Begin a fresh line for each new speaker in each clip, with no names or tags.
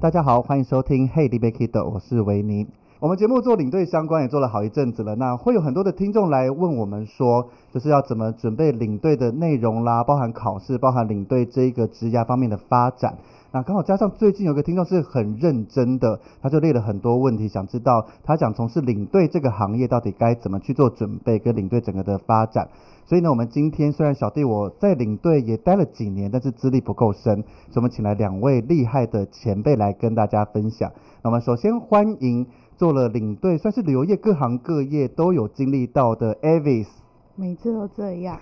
大家好，欢迎收听嘿，弟妹 Kido，我是维尼。我们节目做领队相关也做了好一阵子了，那会有很多的听众来问我们说，就是要怎么准备领队的内容啦，包含考试，包含领队这一个职涯方面的发展。那刚好加上最近有个听众是很认真的，他就列了很多问题，想知道他想从事领队这个行业到底该怎么去做准备，跟领队整个的发展。所以呢，我们今天虽然小弟我在领队也待了几年，但是资历不够深，所以我们请来两位厉害的前辈来跟大家分享。那么首先欢迎做了领队，算是旅游业各行各业都有经历到的 Avis。
每次都这 样，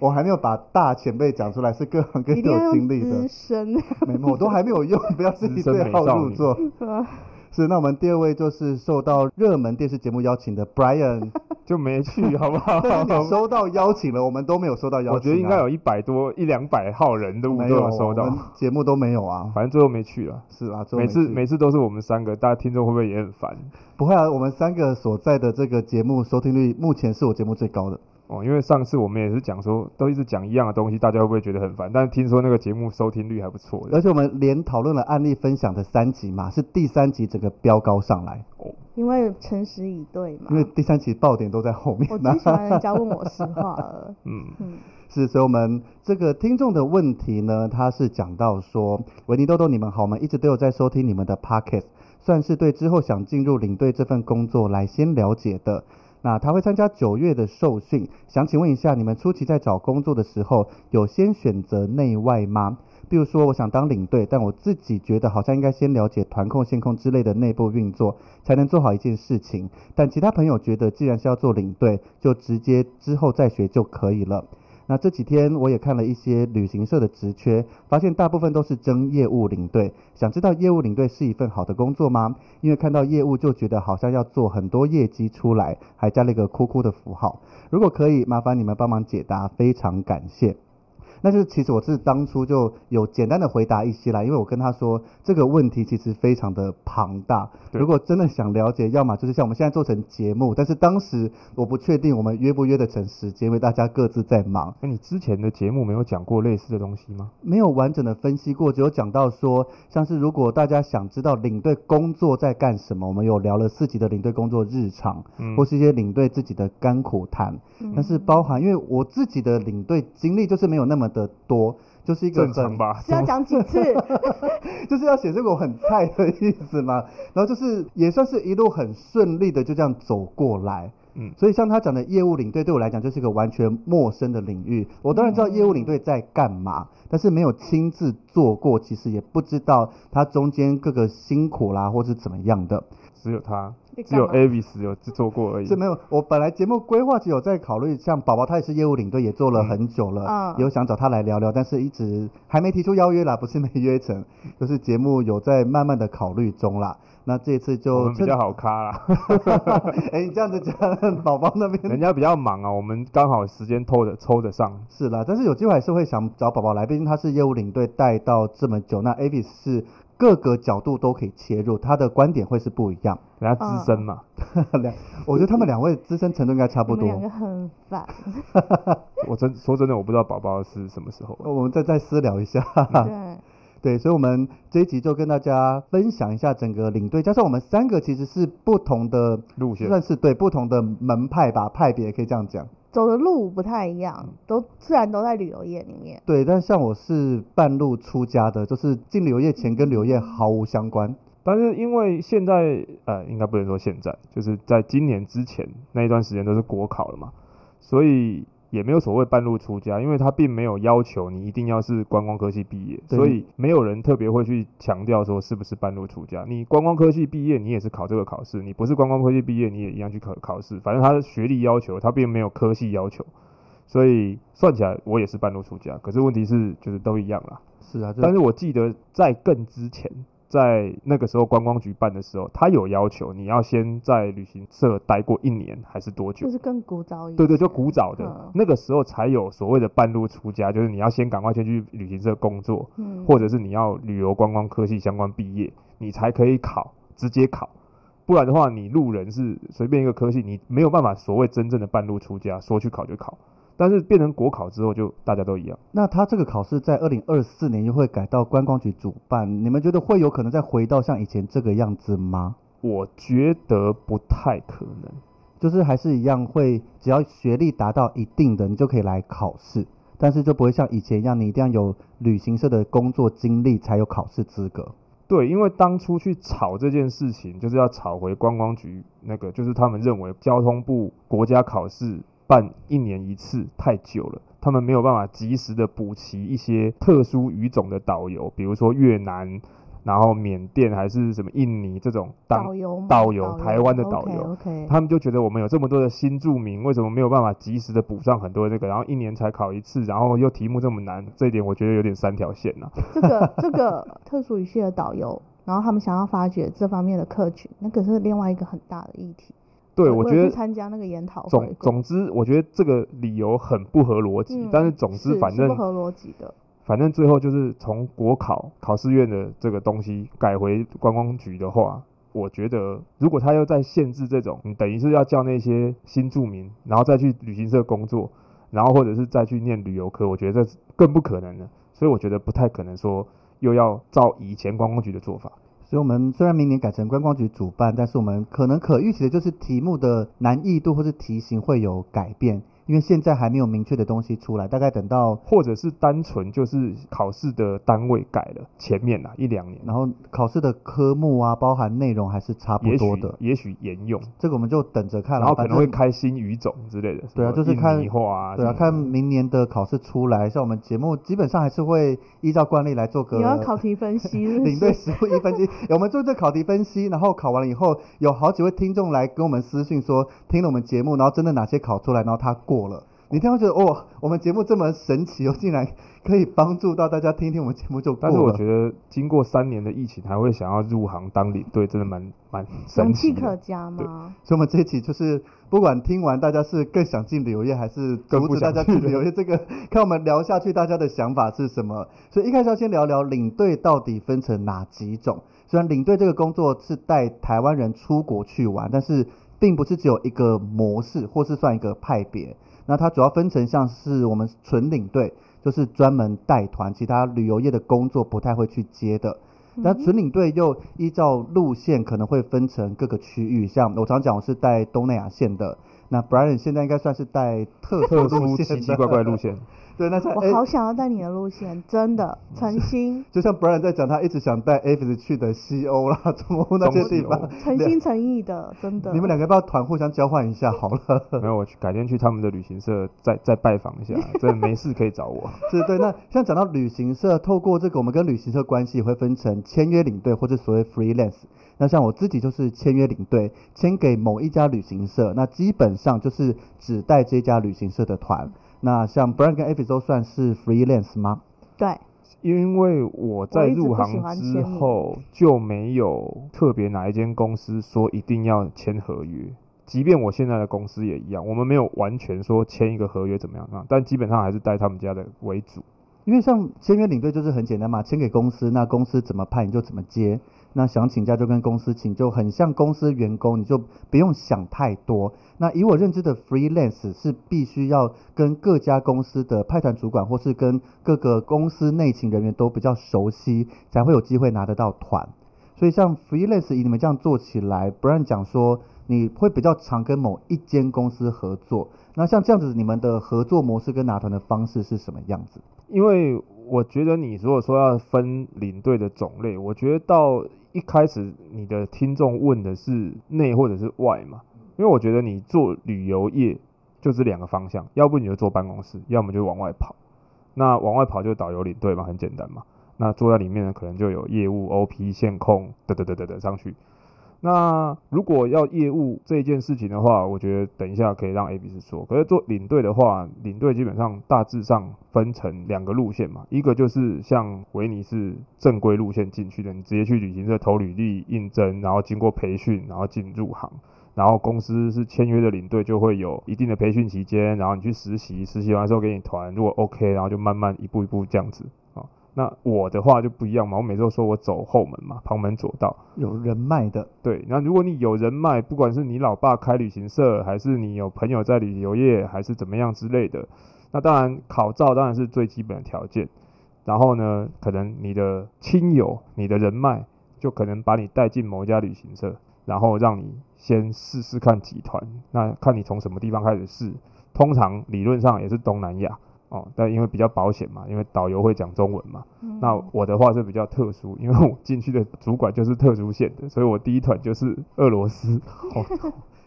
我还没有把大前辈讲出来，是各行各业
一
都
定
有
要
经
用
历的
资。深。
没有，我都还没有用，不要自己
资深
对
美
号
少
入
女
座。
呃
是，那我们第二位就是受到热门电视节目邀请的 Brian，
就没去，好 不好？
但是你收到邀请了，我们都没有收到邀请、啊。
我觉得应该有一百多、一两百号人都
没
都
有
有收
我
到
们，节目都没有啊。
反正最后没去了。
是啊，最后
每次
去
每次都是我们三个，大家听众会不会也很烦？
不会啊，我们三个所在的这个节目收听率目前是我节目最高的。
哦，因为上次我们也是讲说，都一直讲一样的东西，大家会不会觉得很烦？但是听说那个节目收听率还不错
而
的，。
且我们连讨论了案例分享的三集嘛，是第三集整个飙高上来，
因为诚实以对嘛
因。为第三集爆点都在后面啊
我
呐、
最喜欢人家问我实话了
嗯，
嗯，
是，所以我们这个听众的问题呢，他是讲到说，维尼豆豆你们好，我们一直都有在收听你们的 podcast，算是对之后想进入领队这份工作来先了解的。那他会参加九月的受训，想请问一下，你们初期在找工作的时候，有先选择内外吗？比如说，我想当领队，但我自己觉得好像应该先了解团控、线控之类的内部运作，才能做好一件事情。但其他朋友觉得，既然是要做领队，就直接之后再学就可以了。那这几天我也看了一些旅行社的职缺，发现大部分都是争业务领队。想知道业务领队是一份好的工作吗？因为看到业务就觉得好像要做很多业绩出来，还加了一个哭哭的符号。如果可以，麻烦你们帮忙解答，非常感谢。那就是其实我是当初就有简单的回答一些啦，因为我跟他说这个问题其实非常的庞大，
对
如果真的想了解，要么就是像我们现在做成节目，但是当时我不确定我们约不约得成时间，因为大家各自在忙，
那哎你之前的节目没有讲过类似的东西吗？
没有完整的分析过，只有讲到说，像是如果大家想知道领队工作在干什么，我们有聊了四集的领队工作日常，
嗯
或，是一些领队自己的甘苦谈，但是包含因为我自己的领队经历就是没有那么的多，就是一个
正
很
常吧？
是要讲几次？
就是要显示我很菜的意思嘛。然后就是也算是一路很顺利的就这样走过来。
嗯
所以像他讲的业务领队，对我来讲就是一个完全陌生的领域。我当然知道业务领队在干嘛，但是没有亲自做过，其实也不知道他中间各个辛苦啦，或是怎么样的。
只有他，
你
只有
干嘛
Avis 有做过而已
是。没有，我本来节目规划只有在考虑，像宝宝他也是业务领队，也做了很久了，
嗯
有想找他来聊聊，但是一直还没提出邀约啦，不是没约成， 就是节目有在慢慢的考虑中啦。那这次
我
就
们比较，好咖啦，
哎、你这样子讲，宝宝那边
人家比较忙啊，我们刚好时间偷的抽得上，
是啦，但是有机会还是会想找宝宝来，毕竟他是业务领队带到这么久，那 Avis 是各个角度都可以切入，他的观点会是不一样。
人家资深嘛，
两，我觉得他们两位资深程度应该差
你
不
们
多。
两个很 烦。
我真说真的，我不知道宝宝是什么时候。
我们再再私聊一下。
啊
对，
对，所以，我们这一集就跟大家分享一下整个领队，加上我们三个其实是不同的
路线
算是对不同的门派吧，派别可以这样讲。
走的路不太一样，
嗯
都虽然都在旅游业里面，
对，但像我是半路出家的，就是进旅游业前跟旅游业毫无相关。
但是因为现在呃，应该不能说现在，就是在今年之前那一段时间都是国考了嘛，所以也没有所谓半路出家，因为他并没有要求你一定要是观光科系毕业，
对
所以没有人特别会去强调说是不是半路出家。你观光科系毕业，你也是考这个考试；你不是观光科系毕业，你也一样去考考试。反正他的学历要求，他并没有科系要求，所以算起来我也是半路出家。可是问题是，就是都一样啦。
是啊，就
但是我记得在更之前，在那个时候观光局办的时候，他有要求你要先在旅行社待过一年还是多久
就？是更古早一点。
对对，就古早的
嗯
那个时候才有所谓的半路出家，就是你要先赶快先去旅行社工作，
嗯，
或者是你要旅游观光科系相关毕业，你才可以考，直接考。不然的话，你路人是随便一个科系，你没有办法所谓真正的半路出家，说去考就考。但是变成国考之后，就大家都一样。
那他这个考试在二零二四年又会改到观光局主办，你们觉得会有可能再回到像以前这个样子吗？
我觉得不太可能。
就是还是一样会，只要学历达到一定的，你就可以来考试，但是就不会像以前一样，你一定要有旅行社的工作经历才有考试资格。
对，因为当初去炒这件事情，就是要炒回观光局那个，就是他们认为交通部国家考试办一年一次太久了，他们没有办法及时的补齐一些特殊语种的导游，比如说越南，然后缅甸还是什么印尼这种当
导游嘛
导游台湾的导游
OK，,
他们就觉得我们有这么多的新著名，为什么没有办法及时的补上很多这个？然后一年才考一次，然后又题目这么难，这一点我觉得有点三条线啊呐、
这个这个特殊语系的导游，然后他们想要发掘这方面的客群，那可是另外一个很大的议题。
对，
我
我
有
觉得
去参加那个研讨会
总
过
总之，我觉得这个理由很不合逻辑，
嗯
但是总
是
之
是
反正
不合逻辑的，
反正最后就是从国考考试院的这个东西改回观光局的话，我觉得如果他要再限制这种，你等于是要叫那些新住民，然后再去旅行社工作，然后或者是再去念旅游科，我觉得这是更不可能了。所以我觉得不太可能说又要照以前观光局的做法。
所以，我们虽然明年改成观光局主办，但是我们可能可预期的就是题目的难易度或是题型会有改变，因为现在还没有明确的东西出来，大概等到
或者是单纯就是考试的单位改了，前面啊一两年，
然后考试的科目啊，包含内容还是差不
也
多
许
的，
也许沿用，
这个我们就等着看了。
然后可
反
能会
正
开新语种之类的。
对啊
什
就
么
是看
印尼话啊，
对啊，
什
看
么的
明年的考试出来，像我们节目基本上还是会依照惯例来做个
你要啊考题分析是不
领队
是？
实物一分析， 我们做这考题分析，然后考完了以后，有好几位听众来跟我们私讯说，听了我们节目，然后真的哪些考出来，然后他过了。你听会觉得哦，我们节目这么神奇哦，竟然可以帮助到大家听听我们节目就过
但
了。
是我觉得，经过三年的疫情，还会想要入行当领队，真的蛮蛮神
勇气
奇
可
的。
嘉吗？
所以我们这一期就是不管听完大家是更想进旅游业，还是阻止大家去旅游业，这个看我们聊下去大家的想法是什么。所以一开始要先聊聊领队到底分成哪几种。虽然领队这个工作是带台湾人出国去玩，但是并不是只有一个模式，或是算一个派别。那它主要分成像是我们纯领队，就是专门带团，其他旅游业的工作不太会去接的。那
嗯
纯领队又依照路线可能会分成各个区域，像我常讲我是带东南亚线的，那 Brian 现在应该算是带特
特
殊
殊
路线
奇
的
奇怪怪 路。线，
对，那像
我
A，
好想要带你的路线，真的，诚心，
就像 Brian 在讲，他一直想带 Avis 去的西欧啦、 中欧那些地方
中。
诚心诚意的，真的。
你们两个要不要团互相交换一下好了？
没有我去改天去他们的旅行社再再拜访一下，真的没事可以找我。
是对。那像讲到旅行社，透过这个我们跟旅行社关系也会分成签约领队或者所谓 freelance。那像我自己就是签约领队，签给某一家旅行社，那基本上就是只带这家旅行社的团。那像 Brian 跟 Avis 都算是 freelance 吗？
对，
因为我在
我一直
入
不喜
行
欢
之
签名
后就没有特别哪一间公司说一定要签合约，即便我现在的公司也一样，我们没有完全说签一个合约怎么样啊，但基本上还是带他们家的为主。
因为像签约领队就是很简单嘛，签给公司，那公司怎么判你就怎么接。那想请假就跟公司请，就很像公司员工，你就不用想太多。那以我认知的 freelance 是必须要跟各家公司的派团主管或是跟各个公司内勤人员都比较熟悉，才会有机会拿得到团。所以像 freelance 以你们这样做起来，不然讲说你会比较常跟某一间公司合作。那像这样子，你们的合作模式跟拿团的方式是什么样子？
因为我觉得你如果说要分领队的种类，我觉得到一开始你的听众问的是内或者是外嘛，因为我觉得你做旅游业就是两个方向，要不你就坐办公室，要么就往外跑。那往外跑就导游领队嘛，很简单嘛。那坐在里面呢，可能就有业务、OP、线控，等等等等等上去。那如果要业务这件事情的话，我觉得等一下可以让 A、B、C 说。可是做领队的话，领队基本上大致上分成两个路线嘛，一个就是像维尼是正规路线进去的，你直接去旅行社投履历、应征，然后经过培训，然后进入行。然后公司是签约的领队，就会有一定的培训期间，然后你去实习，实习完之后给你团，如果 OK，然后就慢慢一步一步这样子啊、哦。那我的话就不一样嘛，我每次都说我走后门嘛，旁门左道。
有人脉的，
对，那如果你有人脉，不管是你老爸开旅行社，还是你有朋友在旅游业，还是怎么样之类的，那当然考照当然是最基本的条件。然后呢，可能你的亲友、你的人脉，就可能把你带进某一家旅行社，然后让你先试试看集团，那看你从什么地方开始试。通常理论上也是东南亚哦，但因为比较保险嘛，因为导游会讲中文嘛，
嗯
那我的话是比较特殊，因为我进去的主管就是特殊线的，所以我第一团就是俄罗斯。哦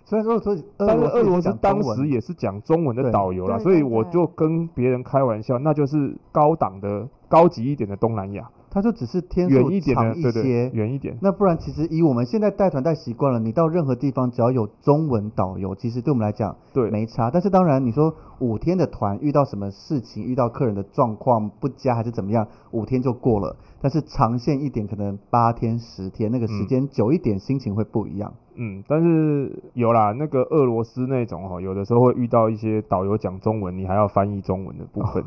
虽然说说
但是俄
俄
罗
罗
斯
斯
当时也是讲中文的导游啦，
对
所以
对
我
对
就跟别人开玩笑，那就是高档的、高级一点的东南亚，
他就只是天
远
数
一点的，
长
对对，
些。
远一点。
那不然，其实以我们现在带团带习惯了，你到任何地方只要有中文导游，其实对我们来讲
对
没差。但是当然，你说五天的团遇到什么事情，遇到客人的状况不佳还是怎么样，五天就过了。但是长线一点，可能八天、十天，那个时间久一点，心情会不一样。
嗯，但是有啦，那个俄罗斯那种哦，有的时候会遇到一些导游讲中文，你还要翻译中文的部分。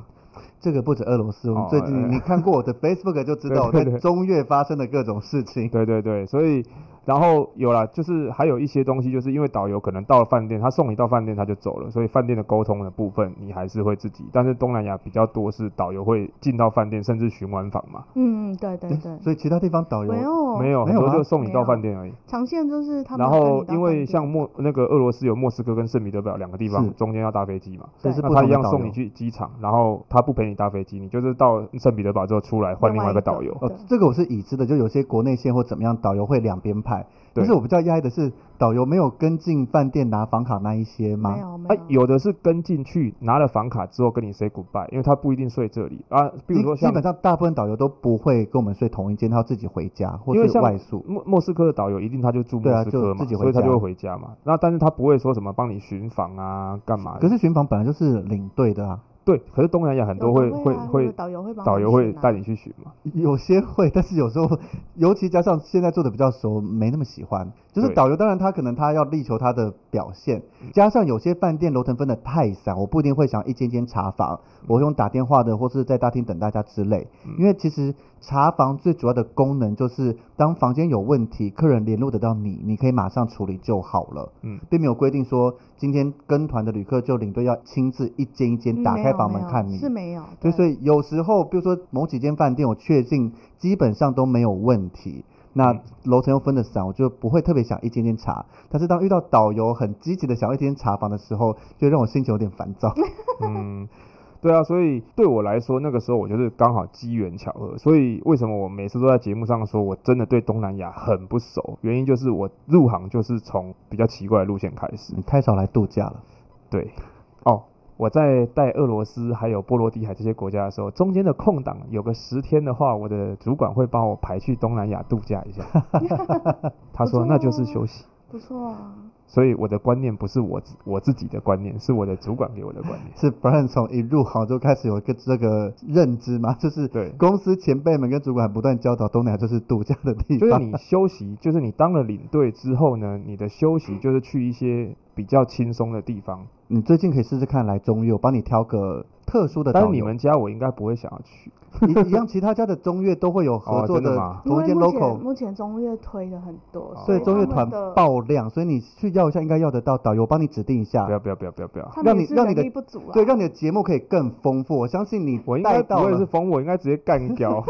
这个不止俄罗斯，我们最
哦哎
近你看过我的 Facebook 就知道，
对对
在
对
中越发生的各种事情。
对对对，所以然后有啦，就是还有一些东西，就是因为导游可能到了饭店，他送你到饭店他就走了，所以饭店的沟通的部分你还是会自己。但是东南亚比较多是导游会进到饭店，甚至循环访嘛，
嗯嗯，对对对，
所以其他地方导游
没有
没有
没
很
有
多
吗
就送你
哦没
到
有
饭店而已。
长线就是他们
然
要跟
后
你到
因为
饭店
像莫那个俄罗斯有莫斯科跟圣彼得堡两个地
是
方，中间要搭飞机嘛，
所以是
那
不
他一
同的
样
导
送你
游。
去机场，然后他不陪你搭飞机，你就是到圣彼得堡之后出来换
另
另
外
外一
一
个
个
导游。
哦
对，
这个我是已知的，就有些国内线或怎么样，导游会两边派。
对
但是我比较压抑的是，导游没有跟进饭店拿房卡那一些
没
吗？
有没
啊
有、，
有的是跟进去拿了房卡之后跟你 say goodbye，因为他不一定睡这里啊。比如说
基基
像
本上大部分导游都不会跟我们睡同一间，他要自己回家或
因为
是
像
外宿。
莫莫斯科的导游一定他就住
对
莫
啊
斯科
就
嘛，
自己回
所以他就
家
会回家嘛。那但是他不会说什么帮你巡房啊，干嘛的？
可是巡房本来就是领队的啊，
对，可是东南亚很
有
多
的
会
会啊有的
会
导游会帮
导
忙
游会
选啊
带你去巡嘛。
有些会，但是有时候，尤其加上现在做的比较熟，没那么喜欢。就是
对嗯
导游，当然他可能他要力求他的表现，加上有些饭店楼层分的太散，我不一定会想一间间查房，
嗯
我用打电话的或是在大厅等大家之类。因为其实查房最主要的功能就是，当房间有问题，客人联络得到你，你可以马上处理就好了。
嗯，
并没有规定说今天跟团的旅客就领队要亲自一间一间
嗯
打
没
开
有
房
没
门
有
看你。
是没有，
嗯
对，所
以
以有时候，比如说某几间饭店，我确定基本上都没有问题。那
嗯
楼层又分的散，我就不会特别想一间间查。但是当遇到导游很积极的想要一间查房的时候，就让我心情有点烦 躁。
嗯，对啊，所以对我来说，那个时候我就是刚好机缘巧合。所以为什么我每次都在节目上说我真的对东南亚很不熟？原因就是我入行就是从比较奇怪的路线开始
你。太少来度假了，
对，哦，我在带俄罗斯还有波罗的海这些国家的时候，中间的空档有个十天的话，我的主管会帮我排去东南亚度假一下。他说
不错
那就是休息。
不错啊，
所以我的观念不是我自我自己的观念，是我的主管给我的观念。
是 Brian 从一入行就开始有一个这个认知嘛， 就是
对
公司前辈们跟主管不断教导东南亚就是度假的地
就是
方。
你休息，就是你当了领队之后呢，你的休息就是去一些比较轻松的地方。
你最近可以试试看来中越，我帮你挑个特殊的
但是
导
你
游。
们家我应该不会想要去。
一一样，其他家的中越都会有
哦
合作
真的
的
吗
因
同一
为
间
目前
local。
目前中越推的很多，
哦
所以
对
中
越
越团
的
爆量，所以你去要一下，应该要得到导游帮你指定一下
不，要不要不要不要不要！
他
让
们也
你
是
让你
人
的
力不足啊，
对，让你的节目可以更丰富。我相信你
我应该
带
不
到
会是
了，
封我，应该直接干掉。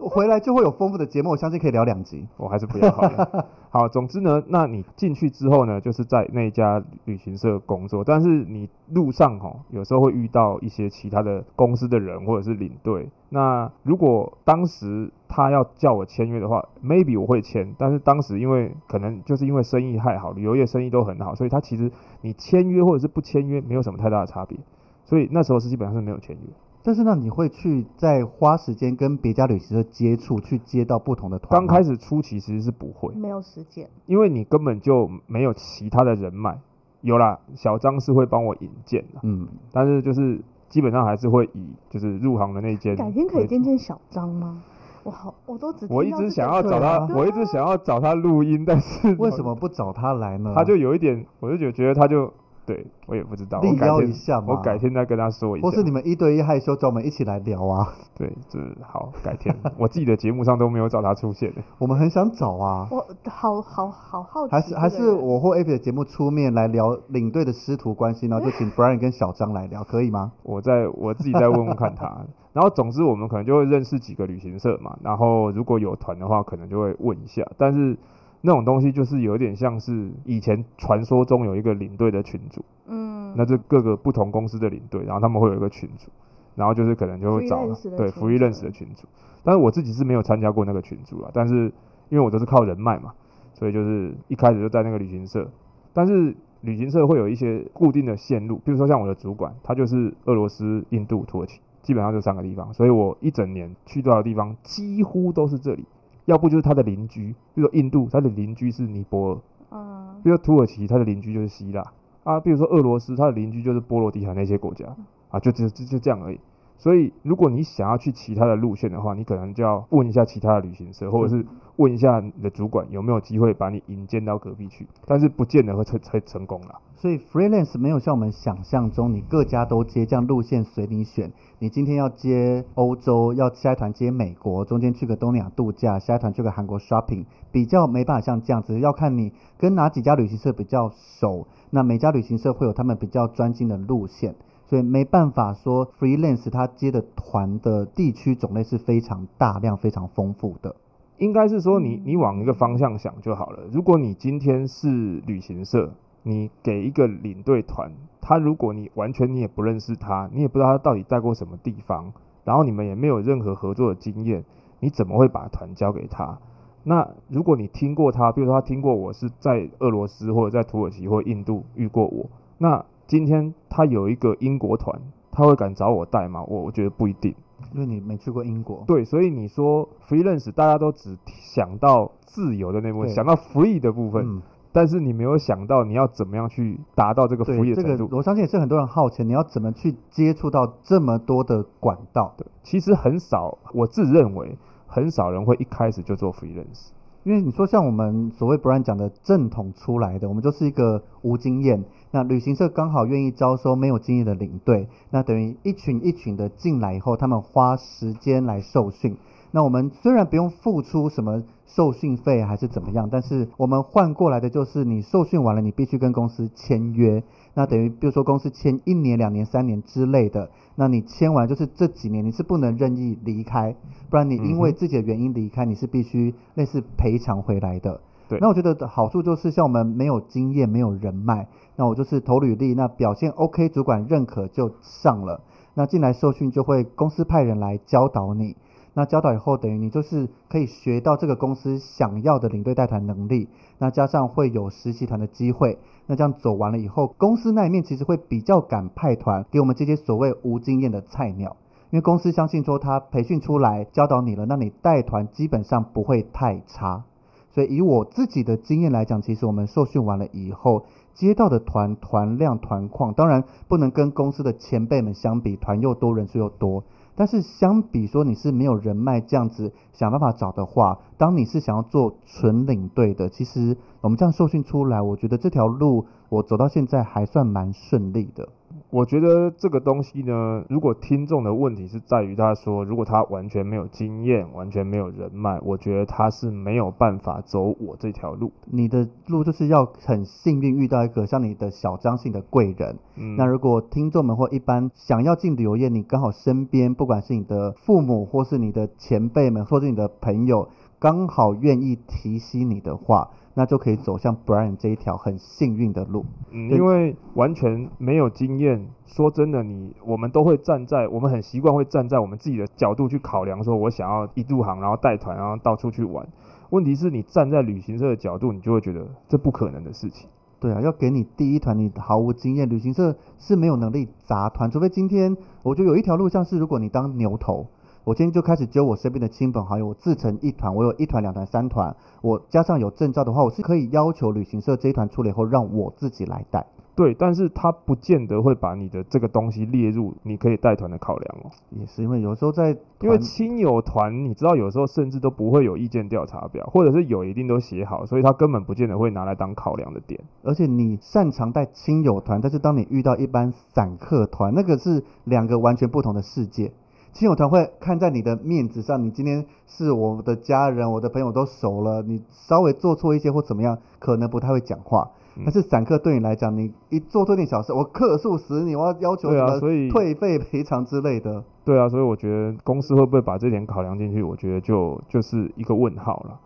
回来就会有丰富的节目，我相信可以聊两集。
我还是不要好了。好，总之呢，那你进去之后呢，就是在那一家旅行社工作，但是你路上哈、有时候会遇到一些其他的公司的人或者是领队。那如果当时他要叫我签约的话，maybe 我会签，但是当时因为可能就是因为生意太好，旅游业生意都很好，所以他其实你签约或者是不签约没有什么太大的差别，所以那时候是基本上是没有签约。
但是呢，你会去再花时间跟别家旅行社接触，去接到不同的团
刚
吗。
开始初期其实是不会，
没有时间，
因为你根本就没有其他的人脉。有啦，小张是会帮我引荐的，
嗯，
但是就是基本上还是会以就是入行的那间。
改天可以见。见小张吗？我好，我都只
我一
听到
直
这
想
个
要
对
找他
啊，
我一直想要找他录音，但是
为什么不找他来呢？
他就有一点，我就觉觉得他就对我也不知道。我
力
改
邀一
天
下嘛，
我改天再跟他说一
或是
下。
你们一对一害羞，找我们一起来聊啊，
对，这好，改天我自己的节目上都没有找他出现的。
我们很想找啊。
我好好好好奇，
还是还是，我或 Avi 的节目出面来聊领队的师徒关系，然后就请 Brian 跟小张来聊，可以吗？
我再我自己再问问看他。然后总之我们可能就会认识几个旅行社嘛，然后如果有团的话，可能就会问一下。但是那种东西就是有点像是以前传说中有一个领队的群组，
嗯，
那就各个不同公司的领队，然后他们会有一个群组，然后就是可能就会找
Freelance 的
对
群
freelance
组
的群组。但是我自己是没有参加过那个群组啊，但是因为我都是靠人脉嘛，所以就是一开始就在那个旅行社，但是旅行社会有一些固定的线路，比如说像我的主管，他就是俄罗斯、印度、土耳其，基本上就三个地方，所以我一整年去到的地方几乎都是这里，要不就是他的邻居，比如说印度，他的邻居是尼泊尔，
嗯，
比如说土耳其，它的邻居就是希腊啊，比如说俄罗斯，它的邻居就是波罗的海那些国家啊，就只就就这样而已。所以，如果你想要去其他的路线的话，你可能就要问一下其他的旅行社，或者是问一下你的主管有没有机会把你引荐到隔壁去，但是不见得会成成成功啦。
所以 freelance 没有像我们想象中，你各家都接，这样路线随你选。你今天要接欧洲，要下一团接美国，中间去个东南亚度假，下一团去个韩国 shopping，比较没办法像这样子，要看你跟哪几家旅行社比较熟，那每家旅行社会有他们比较专精的路线。所以没办法说 freelance 他接的团的地区种类是非常大量、非常丰富的。
应该是说你你往一个方向想就好了。如果你今天是旅行社，你给一个领队团，他如果你完全你也不认识他，你也不知道他到底带过什么地方，然后你们也没有任何合作的经验，你怎么会把团交给他？那如果你听过他，比如说他听过我是在俄罗斯或者在土耳其或印度遇过我，那今天他有一个英国团，他会敢找我带吗？我我觉得不一定。
因为你没去过英国，
对，所以你说 freelance，大家都只想到自由的那部分，
对
想到 free 的部分，
嗯，
但是你没有想到你要怎么样去达到这个
对
free 的
这
程度
个。，我相信也是很多人好奇，你要怎么去接触到这么多的管道？
对，其实很少，我自认为很少人会一开始就做 freelance。
因为你说像我们所谓 brand 讲的正统出来的，我们就是一个无经验。那旅行社刚好愿意招收没有经验的领队，那等于一群一群的进来以后，他们花时间来受训。那我们虽然不用付出什么受训费还是怎么样，但是我们换过来的就是你受训完了，你必须跟公司签约。那等于比如说公司签一年、两年、三年之类的，那你签完就是这几年你是不能任意离开，不然你因为自己的原因离开，你是必须类似赔偿回来的。
对
那我觉得好处就是像我们没有经验、没有人脉，那我就是投履历，那表现 OK，主管认可就上了。那进来受训就会公司派人来教导你，那教导以后等于你就是可以学到这个公司想要的领队带团能力，那加上会有实习团的机会，那这样走完了以后，公司那一面其实会比较敢派团给我们这些所谓无经验的菜鸟，因为公司相信说他培训出来教导你了，那你带团基本上不会太差。所以以我自己的经验来讲，其实我们受训完了以后，接到的团团量、团况，当然不能跟公司的前辈们相比，团又多，人数又多。但是相比说你是没有人脉这样子想办法找的话，当你是想要做纯领队的，其实我们这样受训出来，我觉得这条路我走到现在还算蛮顺利的。
我觉得这个东西呢，如果听众的问题是在于他说，如果他完全没有经验，完全没有人脉，我觉得他是没有办法走我这条路的。
你的路就是要很幸运遇到一个像你的小张性的贵人。
嗯
那如果听众们或一般想要进旅游业，你刚好身边不管是你的父母，或是你的前辈们，或是你的朋友，刚好愿意提携你的话，那就可以走向 Brian 这一条很幸运的路。
嗯，
对
因为完全没有经验，说真的你，我们都会站在我们很习惯会站在我们自己的角度去考量，说我想要一入行，然后带团，然后到处去玩。问题是你站在旅行社的角度，你就会觉得这不可能的事情。
对啊，要给你第一团，你毫无经验，旅行社是没有能力砸团，除非今天我觉得有一条路像是，如果你当牛头，我今天就开始揪我身边的亲朋好友，我自成一团，我有一团、两团、三团，我加上有证照的话，我是可以要求旅行社这一团出来以后让我自己来带，
对，但是他不见得会把你的这个东西列入你可以带团的考量哦。
也是因为有时候在
因为
团
亲友团，你知道有时候甚至都不会有意见调查表，或者是有一定都写好，所以他根本不见得会拿来当考量的点。
而且你擅长带亲友团，但是当你遇到一般散客团，那个是两个完全不同的世界。亲友团会看在你的面子上，你今天是我的家人，我的朋友都熟了，你稍微做错一些或怎么样，可能不太会讲话。
嗯
但是散客对你来讲，你一做错一点小事，我客诉死你，我要要求
对
什
啊
么
所以
退费赔偿之类的。
对啊，所以我觉得公司会不会把这点考量进去，我觉得就就是一个问号了。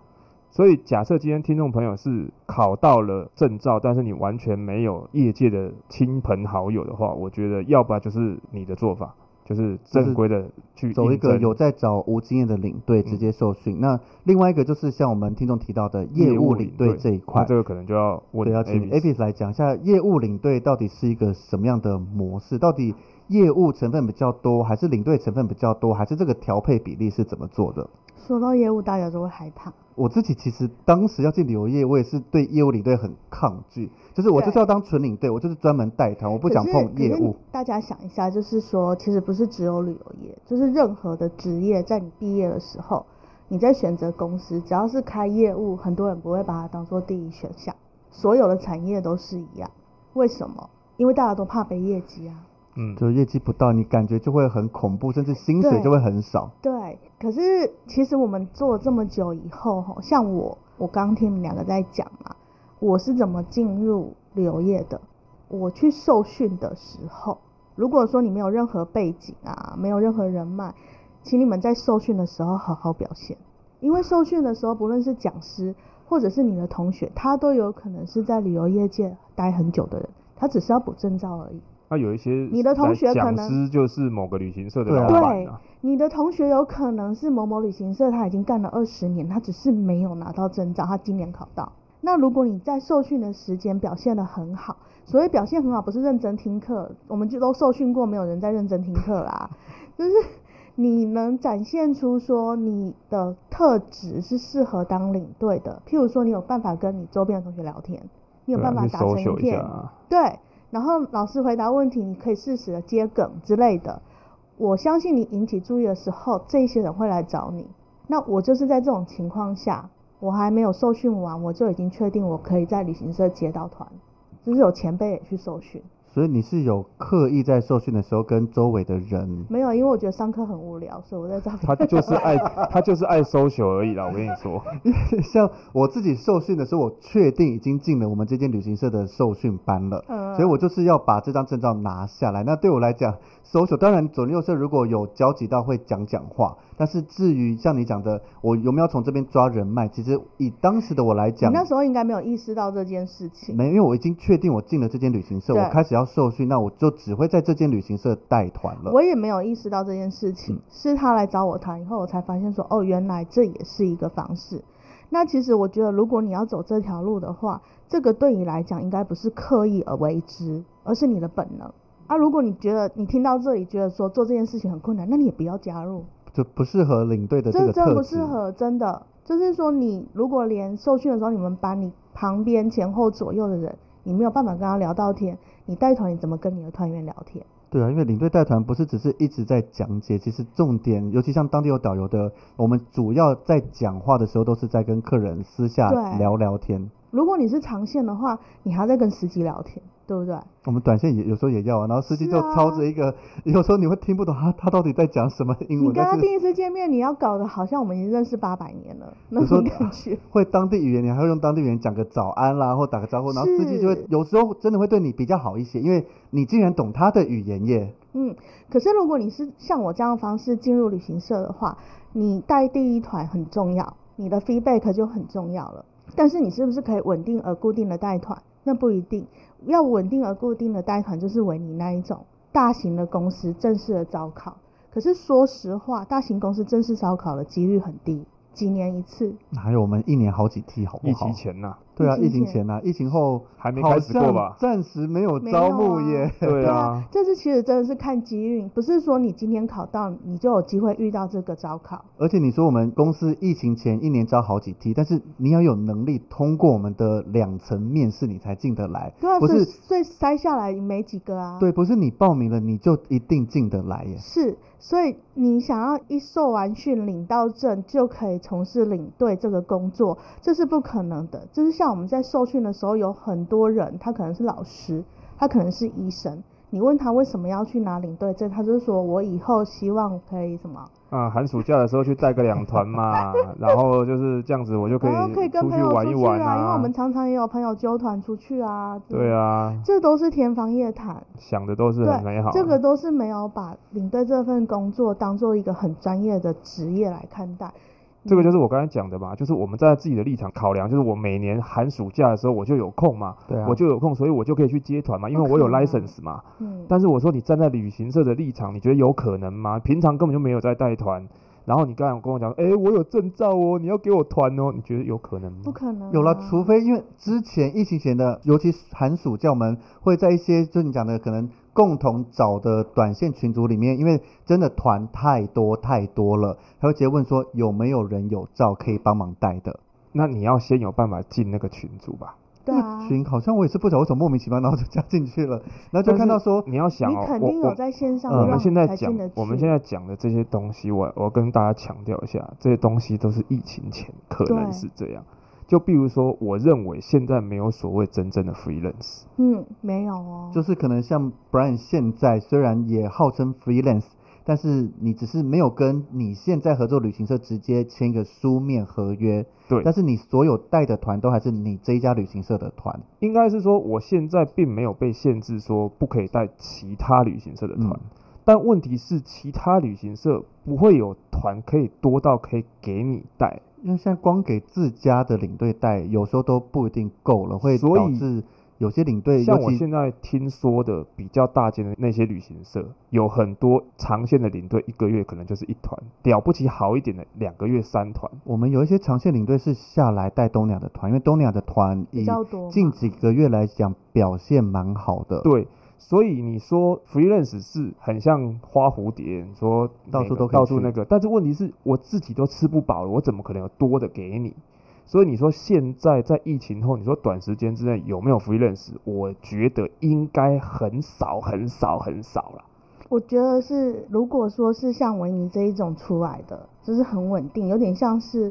所以假设今天听众朋友是考到了证照，但是你完全没有业界的亲朋好友的话，我觉得要不然就是你的做法，就是正规的去
走一
应嗯
个
征
有在找无经验的领队直接受训。那另外一个就是像我们听众提到的业务领队这一块
那，这个可能就要问
对，要请
Avis
Avis 来讲一下业务领队到底是一个什么样的模式？到底业务成分比较多，还是领队成分比较多，还是这个调配比例是怎么做的？
说到业务，大家都会害怕。
我自己其实当时要进旅游业，我也是对业务领队很抗拒，就是我就是要当纯领队，我就是专门带团，我不想
可是
碰业。
可
务
是。大家想一下，就是说，其实不是只有旅游业，就是任何的职业，在你毕业的时候，你在选择公司，只要是开业务，很多人不会把它当做第一选项。所有的产业都是一样，为什么？因为大家都怕背业绩啊。
嗯，
就业绩不到，你感觉就会很恐怖，甚至薪水
对
就会很少。
对，可是其实我们做了这么久以后，吼，像我，我刚听你们两个在讲嘛，我是怎么进入旅游业的？我去受训的时候，如果说你没有任何背景啊，没有任何人脉，请你们在受训的时候好好表现，因为受训的时候，不论是讲师或者是你的同学，他都有可能是在旅游业界待很久的人，他只是要补证照而已。
那有一些
你的同学可
讲
能
师就是某个旅行社的
对啊
老板啊，
你的同学有可能是某某旅行社，他已经干了二十年，他只是没有拿到证照，他今年考到。那如果你在受训的时间表现得很好，所谓表现很好，不是认真听课，我们就都受训过，没有人在认真听课啦， 就是你能展现出说你的特质是适合当领队的，譬如说你有办法跟你周边的同学聊天，你有
对啊
办法
去
打成
搜
一
索一
片，
下啊，
对，然后老师回答问题，你可以适时的接梗之类的。我相信你引起注意的时候，这些人会来找你。那我就是在这种情况下，我还没有受训完，我就已经确定我可以在旅行社接到团，就是有前辈也去受训。
所以你是有刻意在受训的时候跟周围的 人
没有，因为我觉得上课很无聊，所以我在这边。
他就是爱他就是爱搜索而已啦，我跟你 说，
像我自己受训的时候，我确定已经进了我们这间旅行社的受训班了，
嗯
所以我就是要把这张证照拿下来。那对我来讲，social 当然左邻右舍如果有交集到会讲讲话，但是至于像你讲的，我有没有从这边抓人脉，其实以当时的我来
你
讲，
那时候应该没有意识到这件事情。
没，因为我已经确定我进了这间旅行社，
对
我开始要受训，那我就只会在这间旅行社带团了。
我也没有意识到这件事情，
嗯
是他来找我谈以后，我才发现说，哦，原来这也是一个方式。那其实我觉得，如果你要走这条路的话，这个对你来讲应该不是刻意而为之，而是你的本能。啊，如果你觉得你听到这里觉得说做这件事情很困难，那你也不要加入，
就不适合领队的这
这
个特
真
质，
的不适合，真的。就是说，你如果连受训的时候，你们班你旁边前后左右的人，你没有办法跟他聊到天，你带团你怎么跟你的团员聊天？
对啊，因为领队带团不是只是一直在讲解，其实重点，尤其像当地有导游的，我们主要在讲话的时候都是在跟客人私下
对
聊聊天。
如果你是长线的话，你还要再跟司机聊天，对不对？
我们短线也有时候也要啊，然后司机
是
就
啊
操着一个，有时候你会听不懂他他到底在讲什么英
你
文，
跟他
但是
第一次见面，你要搞得好像我们已经认识八百年了那
你说
种感 觉。
会当地语言，你还会用当地语言讲个早安啦，或打个招呼，然后司机就会
是
有时候真的会对你比较好一些，因为你竟然懂他的语言耶。
嗯，可是如果你是像我这样的方式进入旅行社的话，你带第一团很重要，你的 feedback 就很重要了。但是你是不是可以稳定而固定的带团？那不一定。要稳定而固定的带团，就是维尼那一种大型的公司正式的招考。可是说实话，大型公司正式招考的几率很低，几年一次。
还有我们一年好几梯，好不
疫
好
情？前呐、
对啊，疫
疫情
情前啊，疫情后
还没
好
开始过
像
吧？
暂时没有
没
招
有
募
啊
耶。
对
啊
啊，，
这次其实真的是看机运，不是说你今天考到你就有机会遇到这个招考。
而且你说我们公司疫情前一年招好几梯，但是你要有能力通过我们的两层面试，你才进得来。
对啊，
不
所以
是
所以筛下来没几个啊。
对，不是你报名了你就一定进得来耶。
是，所以你想要一受完训、领到证就可以从事领队这个工作，这是不可能的。就是像我们在受训的时候，有很多人他可能是老师，他可能是医生，你问他为什么要去拿领队证，他就说我以后希望可以什么，
啊、寒暑假的时候去带个两团 嘛，然后就是这样子，我就可
然哦后可以
以
跟
出
朋
去
友
玩一
出去啊
玩啊
因为我们常常也有朋友揪团出去啊。
对
啊，
啊，
这都是天方夜谭。
想的都是
对
很美好啊。
这个都是没有把领队这份工作当做一个很专业的职业来看待。
这个就是我刚才讲的嘛，就是我们站在自己的立场考量，就是我每年寒暑假的时候我就有空嘛，
对啊
我就有空，所以我就可以去接团嘛，因为
不
我有
可能
license 嘛。
嗯，
但是我说你站在旅行社的立场，你觉得有可能吗？平常根本就没有在带团，然后你刚才有跟我讲，哎、我有证照哦，你要给我团哦，你觉得有可能吗
不？可能、啊。
有了，除非因为之前疫情前的，尤其寒暑假，我们会在一些就你讲的可能共同找的短线群组里面，因为真的团太多太多了，他会直接问说有没有人有照可以帮忙带的。
那你要先有办法进那个群组吧。
对啊
那，群好像我也是不晓得为什么莫名其妙，然后就加进去了，然后就看到说
你要想
你
哦，
肯
我
定有
我
在线上
呃
让
我们现在
才
讲
进得，
我们
去
现在讲的这些东西，我我跟大家强调一下，这些东西都是疫情前可
对
能是这样。就比如说，我认为现在没有所谓真正的 freelance，
嗯没有哦，
就是可能像 Brian 现在虽然也号称 freelance，但是你只是没有跟你现在合作旅行社直接签一个书面合约，
对
但是你所有带的团都还是你这一家旅行社的团，
应该是说我现在并没有被限制说不可以带其他旅行社的团，
嗯
但问题是其他旅行社不会有团可以多到可以给你带，
因为现在光给自家的领队带，有时候都不一定够了，会
所以
导致有些领队，
像
尤
我
其
现在听说的比较大间的那些旅行社，有很多长线的领队，一个月可能就是一团，了不起好一点的两个月三团。
我们有一些长线领队是下来带东南亚的团，因为东南亚的团
比
以
较多嘛。
近几个月来讲表现蛮好的，
对，所以你说 freelance 是很像花蝴蝶，你说
到
每
处
个
都可以
到处
去
那个，但是问题是我自己都吃不饱了，我怎么可能有多的给你？所以你说现在在疫情后，你说短时间之内有没有 freelance？我觉得应该很少很少很少了。
我觉得是，如果说是像维尼这一种出来的，就是很稳定，有点像是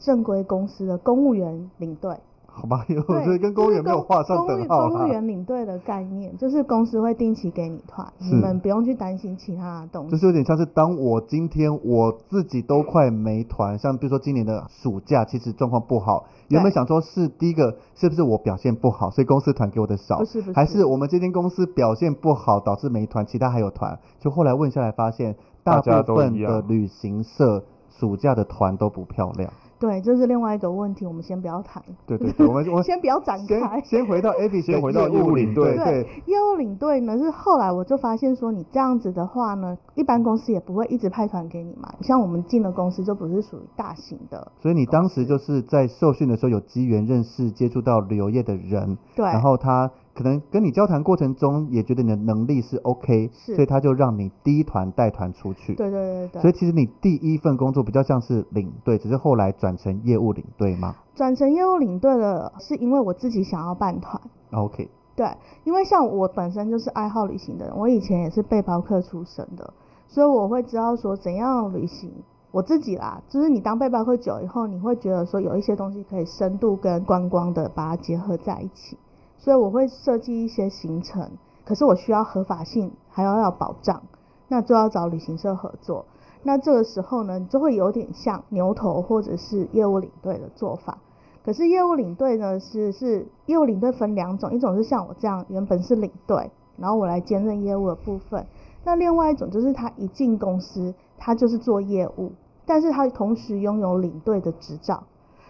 正规公司的公务员领队。
好吧，因为 我
对，
觉得跟公务员没有画上等号啊啦
就是公公务公务员领队的概念，就是公司会定期给你团，
是
你们不用去担心其他的东西。
就是有点像是当我今天我自己都快没团，像比如说今年的暑假，其实状况不好，
对
原本想说是第一个是不是我表现不好，所以公司团给我的少，
不是不是
还是我们这间公司表现不好导致没团，其他还有团，就后来问下来发现，大
大家
部
都一
分
样
的旅行社暑假的团都不漂亮。
对，这是另外一个问题，我们先不要谈，
对对对，我们我 们
先不要展开
先。先回到 a b y
先回到业务领
队，
队
对，
业务领队呢，是后来我就发现说，你这样子的话呢，一般公司也不会一直派团给你嘛。像我们进的公司就不是属于大型的，
所以你当
哦
时就是在受训的时候有机缘认识接触到旅游业的人，
对，
然后他可能跟你交谈过程中也觉得你的能力是 OK，
是
所以他就让你第一团带团出去。
对对对
所
对，
以其实你第一份工作比较像是领队，只是后来转成业务领队嘛。
转成业务领队了，是因为我自己想要办团。
OK，
对，因为像我本身就是爱好旅行的人，我以前也是背包客出身的，所以我会知道说怎样旅行。我自己啦，就是你当背包客久以后，你会觉得说有一些东西可以深度跟观光的把它结合在一起，所以我会设计一些行程，可是我需要合法性，还要要保障，那就要找旅行社合作。那这个时候呢，你就会有点像牛头或者是业务领队的做法。可是业务领队呢，是是业务领队分两种，一种是像我这样原本是领队，然后我来兼任业务的部分；那另外一种就是他一进公司，他就是做业务，但是他同时拥有领队的执照，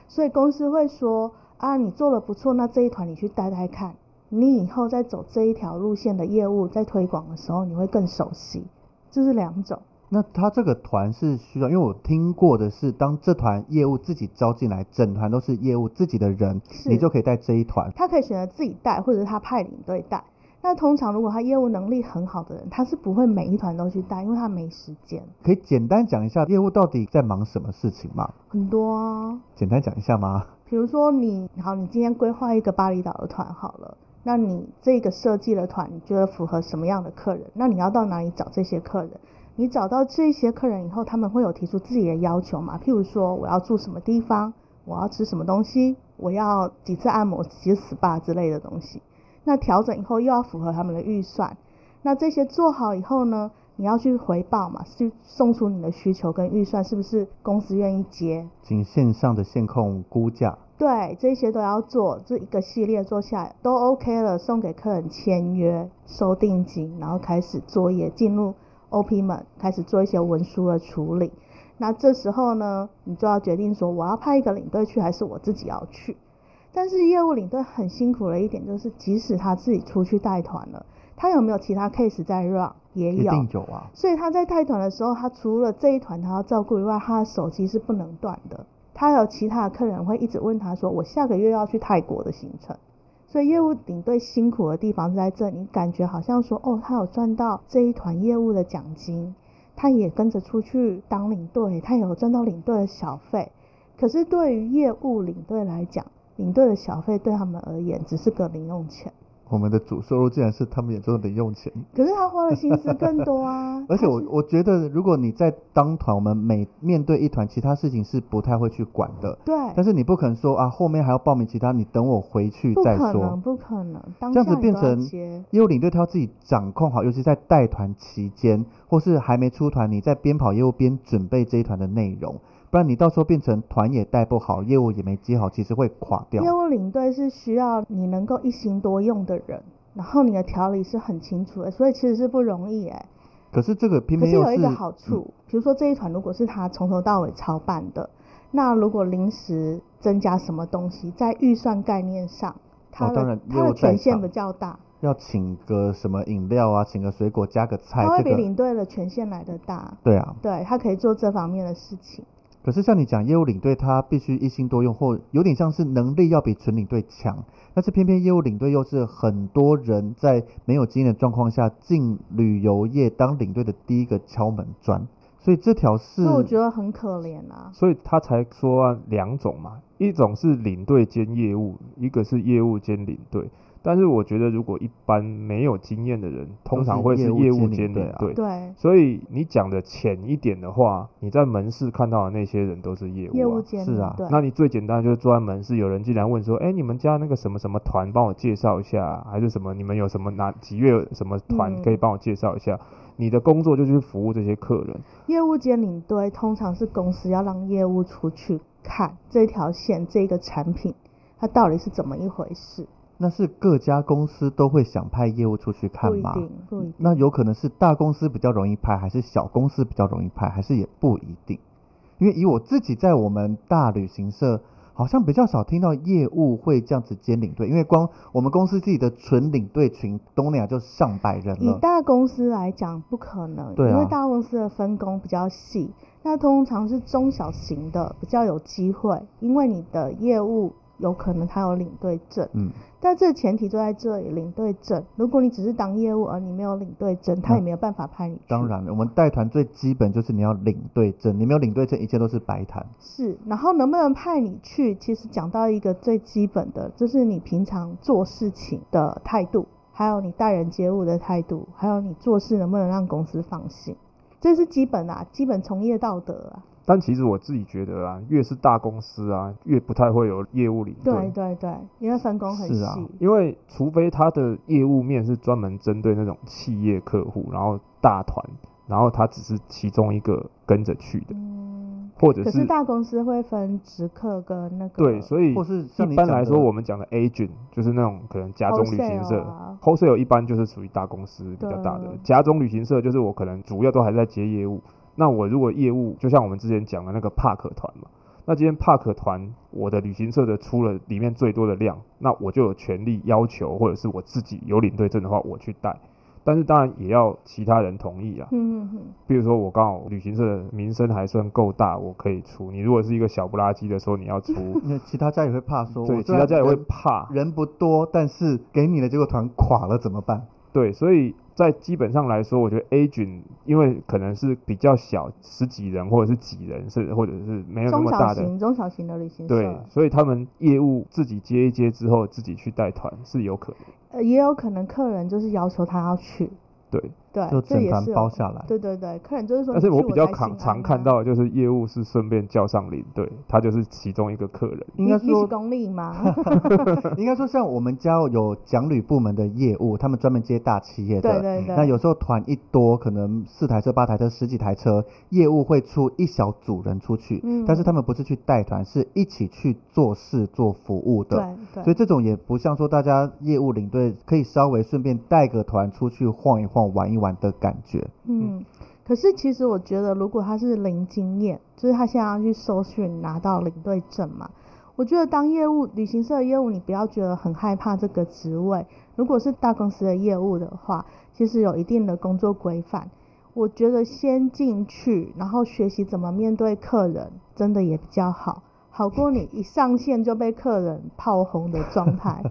所以公司会说啊，你做的不错，那这一团你去待待看，你以后在走这一条路线的业务在推广的时候，你会更熟悉。这是两种。
那他这个团是需要，因为我听过的是，当这团业务自己招进来，整团都是业务自己的人，
是
你就可以带这一团。
他可以选择自己带，或者是他派领队带。那通常如果他业务能力很好的人，他是不会每一团都去带，因为他没时间。
可以简单讲一下业务到底在忙什么事情吗？
很多啊，
简单讲一下吗？
比如说你好，你今天规划一个巴厘岛的团好了，那你这个设计的团，你觉得符合什么样的客人？那你要到哪里找这些客人？你找到这些客人以后，他们会有提出自己的要求嘛？譬如说，我要住什么地方，我要吃什么东西，我要几次按摩、几次 SPA 之类的东西。那调整以后又要符合他们的预算。那这些做好以后呢，你要去回报嘛，去送出你的需求跟预算，是不是公司愿意接？
仅线上的线控估价，
对，这些都要做，这一个系列做下来都 OK 了，送给客人签约、收定金，然后开始作业，进入 OP 们开始做一些文书的处理。那这时候呢，你就要决定说，我要派一个领队去，还是我自己要去？但是业务领队很辛苦的一点就是，即使他自己出去带团了，他有没有其他 case 在 run？也
一
有，
定有啊。
所以他在带团的时候，他除了这一团他要照顾以外，他的手机是不能断的。他还有其他的客人会一直问他说：“我下个月要去泰国的行程。”所以业务领队辛苦的地方是在这里，感觉好像说：“哦，他有赚到这一团业务的奖金，他也跟着出去当领队，他也有赚到领队的小费。”可是对于业务领队来讲，领队的小费对他们而言只是个零用钱，
我们的主收入竟然是他们眼中的零用钱，。
可是他花的心思更多啊
而且
他
我
是
我觉得，如果你在当团，我们每面对一团，其他事情是不太会去管的。
对，
但是你不可能说啊，后面还要报名其他，你等我回去
不
再
可
说
能，。不可能，当
这样子
下你
变
都要
成
接
业务领队他要自己掌控好，尤其在带团期间，或是还没出团，你在边跑业务边准备这一团的内容，不然你到时候变成团也带不好，业务也没接好，其实会垮掉。
业务领队是需要你能够一心多用的人，然后你的条理是很清楚的，所以其实是不容易哎。
可是这个偏
可
偏
是
又
有一个
是
好处，
嗯
比如说这一团如果是他从头到尾操办的，那如果临时增加什么东西，在预算概念上，他
哦当
的、
然
他
业务
的
在
权限
场
比较大，
要请个什么饮料啊，请个水果，加个菜
他，会
这
比
个
领队的权限来的大，
对啊。
对他可以做这方面的事情。
可是像你讲，业务领队他必须一心多用，或有点像是能力要比纯领队强，但是偏偏业务领队又是很多人在没有经验的状况下进旅游业当领队的第一个敲门砖，所以这条是
所以我觉得很可怜啊，
所以他才说啊两种嘛，一种是领队兼业务，一个是业务兼领队。但是我觉得，如果一般没有经验的人，通常会是
都是业
业
务
务
兼
兼
领
领
队
队。
啊
对，
所以你讲的浅一点的话，你在门市看到的那些人都是业务、啊。
业务兼
是
领
啊
队。
那你最简单的就是坐在门市，有人进来问说：“哎、你们家那个什么什么团，帮我介绍一下啊，还是什么？你们有什么哪几月有什么团
嗯
可以帮我介绍一下？”你的工作就去服务这些客人。
业务兼领队通常是公司要让业务出去看这条线、这个产品，它到底是怎么一回事，
那是各家公司都会想派业务出去看
不一
吗？
定，不一定。
那有可能是大公司比较容易派，还是小公司比较容易派，还是也不一定。因为以我自己在我们大旅行社，好像比较少听到业务会这样子兼领队，因为光我们公司自己的纯领队群，东南亚就上百人
以
了。
大公司来讲，不可能，
嗯对啊
因为大公司的分工比较细。那通常是中小型的比较有机会，因为你的业务有可能它有领队证，
嗯，
但这前提就在这里，领队证。如果你只是当业务而你没有领队证，他也没有办法派你去。
嗯当然了，我们带团最基本就是你要领队证，你没有领队证，一切都是白谈。
是，然后能不能派你去？其实讲到一个最基本的，就是你平常做事情的态度，还有你待人接物的态度，还有你做事能不能让公司放心，这是基本啊，基本从业道德啊。
但其实我自己觉得啊，越是大公司啊，越不太会有业务领队。
对对对，因为分工很
是
细，
啊
因为除非他的业务面是专门针对那种企业客户，然后大团，然后他只是其中一个跟着去的，
嗯。
或者
可是大公司会分直客跟那个
对，所以
或是像
嗯一
你
般
讲
来
的
说我们讲的 agent 就是那种可能家中旅行
wholesale
社。
啊
wholesale 一般就是属于大公司比较大的
对，
家中旅行社就是我可能主要都还在接业务。那我如果业务，就像我们之前讲的那个帕克团嘛，那今天帕克团我的旅行社的出了里面最多的量，那我就有权利要求，或者是我自己有领队证的话，我去带。但是当然也要其他人同意啊，
嗯嗯嗯，
比如说我刚好旅行社的名声还算够大，我可以出。你如果是一个小不拉几的时候，你要出，
因为其他家也会怕说，
对，
我
其
虽然
他家也会
人
怕，
人不多，但是给你的这个团垮了怎么办？
对，所以在基本上来说，我觉得 A 群因为可能是比较小，十几人或者是几人，是或者是没有那
中
么
小
大的，
型中小型的旅行社，
对，所以他们业务自己接一接之后，自己去带团是有可能。
呃，也有可能客人就是要求他要去，
对，
对，
就
这
整
也
团
是有
包下来。
对对对，客人就是说
但
你
是
去我
我
才
比
心
较
安啊，
常常看到的就是业务是顺便叫上领队，他就是其中一个客人。
应该
你你是
说，
公立 吗？
应该说，像我们家有讲旅部门的业务，他们专门接大企业
对
的。
对对，
那有时候团一多，可能四台车、八台车、十几台车，业务会出一小组人出去，
嗯
但是他们不是去带团，是一起去做事、做服务的。
对对，
所以这种也不像说大家业务领队可以稍微顺便带个团出去晃一晃、玩一玩的感觉。
嗯，可是其实我觉得，如果他是零经验，就是他现在要去搜寻拿到领队证嘛，我觉得当业务旅行社的业务，你不要觉得很害怕这个职位。如果是大公司的业务的话，其实有一定的工作规范。我觉得先进去，然后学习怎么面对客人，真的也比较好，好过你一上线就被客人炮轰的状态。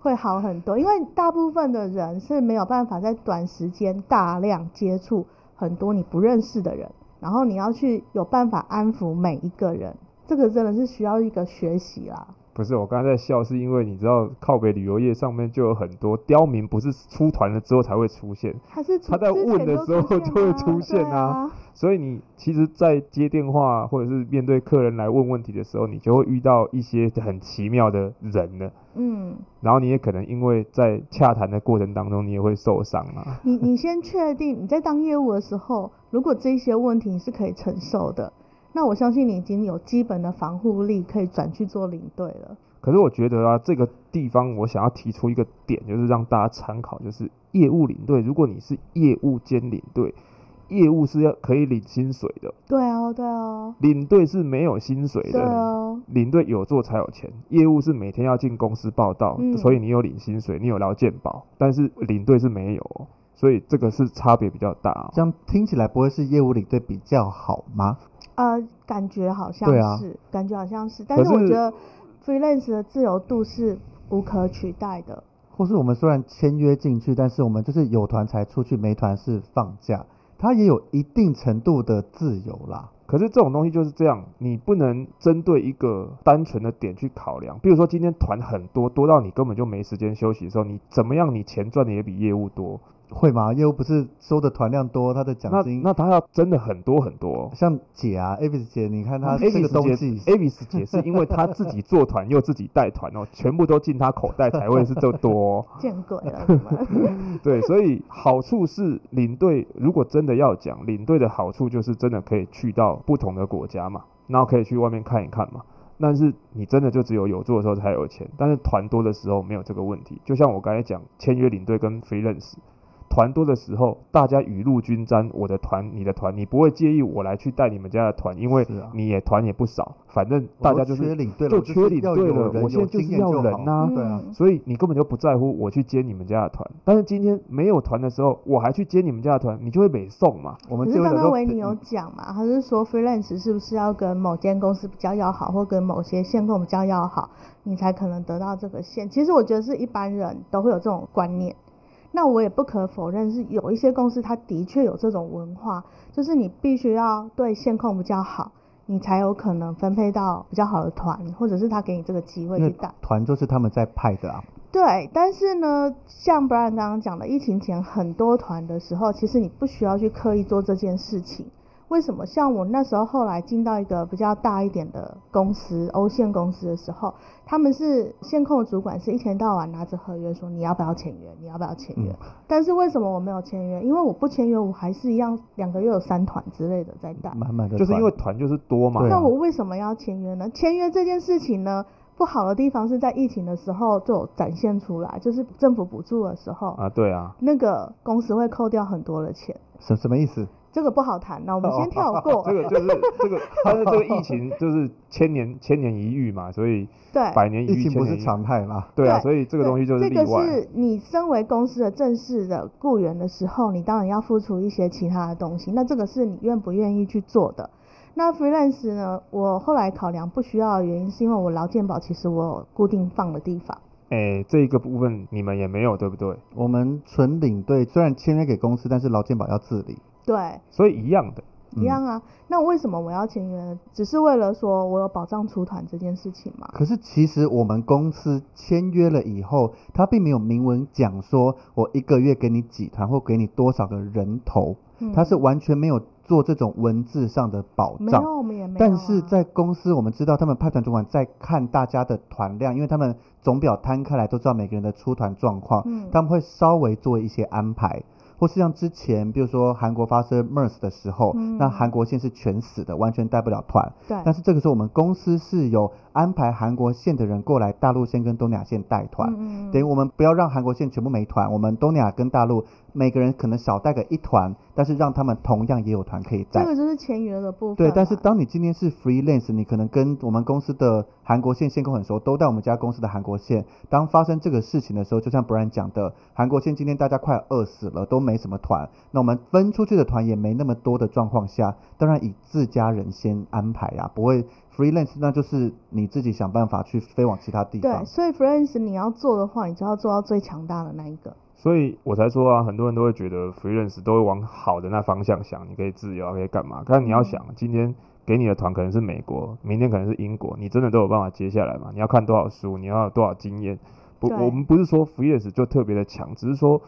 会好很多，因为大部分的人是没有办法在短时间大量接触很多你不认识的人，然后你要去有办法安抚每一个人，这个真的是需要一个学习啦。
不是，我刚才在笑，是因为你知道靠北旅游业上面就有很多刁民，不是出团了之后才会出现，
他是出
他在
之前
问的
就
时候
出
就会
现
出现
啊
啊，所以你其实，在接电话或者是面对客人来问问题的时候，你就会遇到一些很奇妙的人了。
对啊嗯，
然后你也可能因为在洽谈的过程当中，你也会受伤啊。
你你先确定你在当业务的时候，如果这些问题你是可以承受的，那我相信你已经有基本的防护力，可以转去做领队了。
可是我觉得啊，这个地方我想要提出一个点，就是让大家参考，就是业务领队，如果你是业务兼领队，业务是要可以领薪水的，
对哦，对哦，
领队是没有薪水
对
的。
哦，
领队有做才有钱，业务是每天要进公司报道，
嗯
所以你有领薪水，你有劳健保，但是领队是没有哦、所以这个是差别比较大、哦。
这样听起来不会是业务领队比较好吗？
呃，感觉好像
对啊
是，感觉好像是，但
可
是我
是
觉得 freelance 的自由度是无可取代的。
或是我们虽然签约进去，但是我们就是有团才出去，没团是放假，它也有一定程度的自由啦。
可是这种东西就是这样，你不能针对一个单纯的点去考量。比如说今天团很多，多到你根本就没时间休息的时候，你怎么样，你钱赚的也比业务多。
会吗？业务不是收的团量多，他的奖
那
金
那他要真的很多很多、哦。
像姐啊，Avis 姐，你看她这
Avis
个东西
姐，Avis 姐是因为她自己做团又自己带团哦，全部都进她口袋才会是这多哦、
见鬼了，你们
啊对，所以好处是领队，如果真的要讲领队的好处，就是真的可以去到不同的国家嘛，然后可以去外面看一看嘛。但是你真的就只有有做的时候才有钱，但是团多的时候没有这个问题。就像我刚才讲，签约领队跟 freelance，团多的时候大家雨露均沾，我的团、你的团，你不会介意我来去带你们家的团，因为
是啊
你也团也不少，反正
我
大
都
家就是
缺领队了，
就
我
缺
是
领
要
队
有
了，
人
我现在
有
就
经
是
验
要
就好
人呐、
对 啊
嗯
所以你根本就不在乎我去接你们家的团。但是今天没有团的时候，我还去接你们家的团，你就会被送嘛。
我
可
们
是
就
刚
想
刚
说
维尼有讲嘛，他是说 freelance 是不是要跟某间公司比较要好，或跟某些线控比较要好，你才可能得到这个线？其实我觉得是一般人都会有这种观念。那我也不可否认，是有一些公司它的确有这种文化，就是你必须要对线控比较好，你才有可能分配到比较好的团，或者是他给你这个机会
因
去
为
带。
团就是他们在派的啊，
对，但是呢，像 Brian 刚刚讲的，疫情前很多团的时候，其实你不需要去刻意做这件事情。为什么？像我那时候后来进到一个比较大一点的公司，欧线公司的时候，他们是线控的主管，是一天到晚拿着合约说你要不要签约，你要不要签约。但是为什么我没有签约？因为我不签约，我还是一样两个月有三团之类的在带。
满满的团，
就是因为团就是多嘛
对，啊
那我为什么要签约呢？签约这件事情呢，不好的地方是在疫情的时候就有展现出来，就是政府补助的时候，
啊，对啊，
那个公司会扣掉很多的钱，
什什么意思？
这个不好谈。那我们先跳过。
哦这个就是这个，但是这个疫情就是千年千年一遇嘛，所以
对，
百年一
疫
遇，
情
千
不
年
是
一遇，
常态啦，
对啊，
对
所以这个东西就是
对
例
这个
外，
是你身为公司的正式的雇员的时候，你当然要付出一些其他的东西。那这个是你愿不愿意去做的。那 freelance 呢？我后来考量不需要的原因，是因为我劳健保其实我有固定放的地方。
哎，这一个部分你们也没有，对不对？
我们纯领队虽然签约给公司，但是劳健保要自理。
对，
所以一样的，
嗯
一样啊。那为什么我要签约呢？只是为了说我有保障出团这件事情嘛？
可是其实我们公司签约了以后，他并没有明文讲说我一个月给你几团或给你多少个人头，
嗯
他是完全没有做这种文字上的保
没
障。
有，我们也没有啊、
但是在公司，我们知道他们派团主管在看大家的团量，因为他们总表摊开来都知道每个人的出团状况，
嗯
他们会稍微做一些安排，或是像之前，比如说韩国发生 MERS 的时候，
嗯
那韩国线是全死的，完全带不了团。
对
但是这个时候，我们公司是有安排韩国线的人过来大陆线跟东南亚线带团，
嗯嗯嗯
等于我们不要让韩国线全部没团，我们东南亚跟大陆每个人可能少带个一团，但是让他们同样也有团可以带
这。个就是签约的部分
对
嘛。，
但是当你今天是 freelance，你可能跟我们公司的韩国线线控很熟，都带我们家公司的韩国线。当发生这个事情的时候，就像 Brian 讲的，韩国线今天大家快饿死了，都没什么团，那我们分出去的团也没那么多的状况下，当然以自家人先安排啊，不会 freelance，那就是你自己想办法去飞往其他地
对，
方。
所以 friends 你要做的话，你就要做到最强大的那一个。
所以我才说啊，很多人都会觉得 freelance 都会往好的那方向想，你可以自由啊，可以干嘛？但你要想，今天给你的团可能是美国，明天可能是英国，你真的都有办法接下来吗？你要看多少书，你要有多少经验？不，
对
我们不是说 freelance 就特别的强，只是说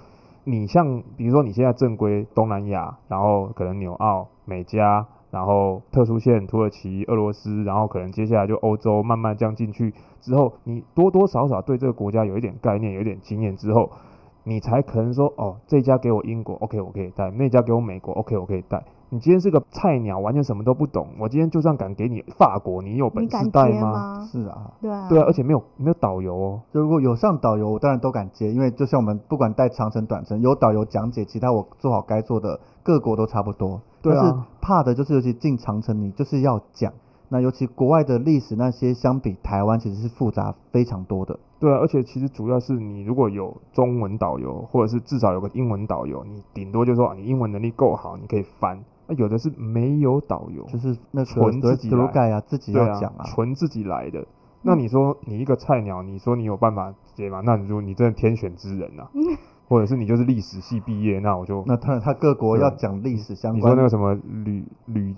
你像，比如说你现在正规东南亚，然后可能纽澳、美加，然后特殊线土耳其、俄罗斯，然后可能接下来就欧洲，慢慢这样进去之后，你多多少少对这个国家有一点概念，有一点经验之后，你才可能说，哦，这家给我英国，OK，我可以带；那家给我美国，OK，我可以带。你今天是个菜鸟，完全什么都不懂。我今天就算敢给你法国，你有
你
本
敢
事
接
带吗？
吗？
是啊，
对啊，
对啊，而且没有没有导游哦，
如果有上导游，我当然都敢接，因为就像我们不管带长程、短程，有导游讲解，其他我做好该做的，各国都差不多。
对啊
但是怕的就是，尤其进长城，你就是要讲。那尤其国外的历史那些，相比台湾其实是复杂非常多的。
对啊，而且其实主要是你如果有中文导游，或者是至少有个英文导游，你顶多就说啊你英文能力够好，你可以翻。那有的是没有导游，
就是那个
纯自己
d
来
u g a 啊，自己
对
要
啊
讲，啊。
纯自己来的。
嗯
那你说你一个菜鸟，你说你有办法接吗？那你说你真的天选之人
嗯
啊， 或者是你就是历史系毕业，那我就
那当然，他各国要
对
讲历史相
你说
关
那。个什么吕吕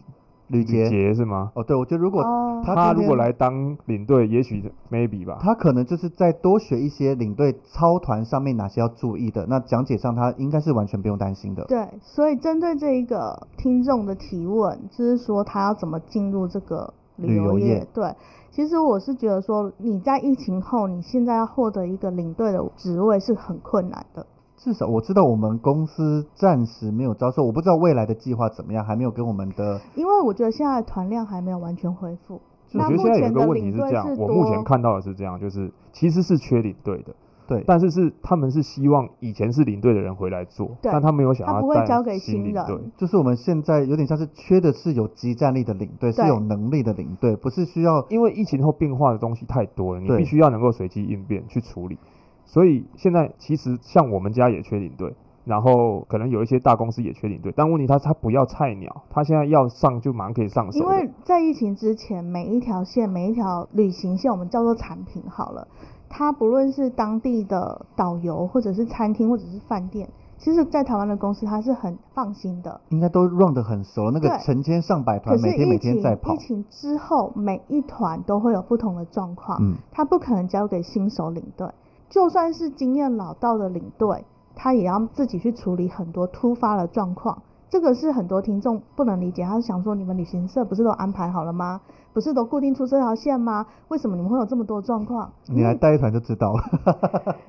吕杰，
杰是吗？
哦，对，我觉得如果
哦，
他
他
今
如果
天
来啊当领队，也许 maybe 吧。
他可能就是在多学一些领队操团上面哪些要注意的，那讲解上他应该是完全不用担心的。
对，所以针对这一个听众的提问，就是说他要怎么进入这个旅
旅游
游业？
业
对，其实我是觉得说你在疫情后，你现在要获得一个领队的职位是很困难的。
至少我知道我们公司暂时没有招收，我不知道未来的计划怎么样，还没有跟我们 的
因为我觉得现在的团量还没有完全恢复。
我
那
觉得
目
现在有
前
一个
的
问题
领
是
队
这样，
多
我目前看到的是这样，就是其实是缺领队的，
对，
但是是他们是希望以前是领队的人回来做，
对
但他没有想
他不
要
会交
带
给新
领
人
队。
就是我们现在有点像是缺的是有集战力的领队，是
对
有能力的领队，不是需要
因为疫情后变化的东西太多了，你
对
必须要能够随机应变去处理。所以现在其实像我们家也缺领队，然后可能有一些大公司也缺领队，但问题他他不要菜鸟，他现在要上就马上可以上手
因
的。
为在疫情之前，每一条线、每一条旅行线，我们叫做产品好了，它不论是当地的导游，或者是餐厅，或者是饭店，其实在台湾的公司它是很放心的。
应该都 run 得很熟，那个
对
成千上百
可
团
是
呃每天
疫
每
情
天在跑
疫，情之后，每一团都会有不同的状况，
嗯，
他不可能交给新手领队，就算是经验老道的领队，他也要自己去处理很多突发的状况，这个是很多听众不能理解，他是想说你们旅行社不是都安排好了吗？不是都固定出这条线吗？为什么你们会有这么多状况？
你来带一团就知道了。
嗯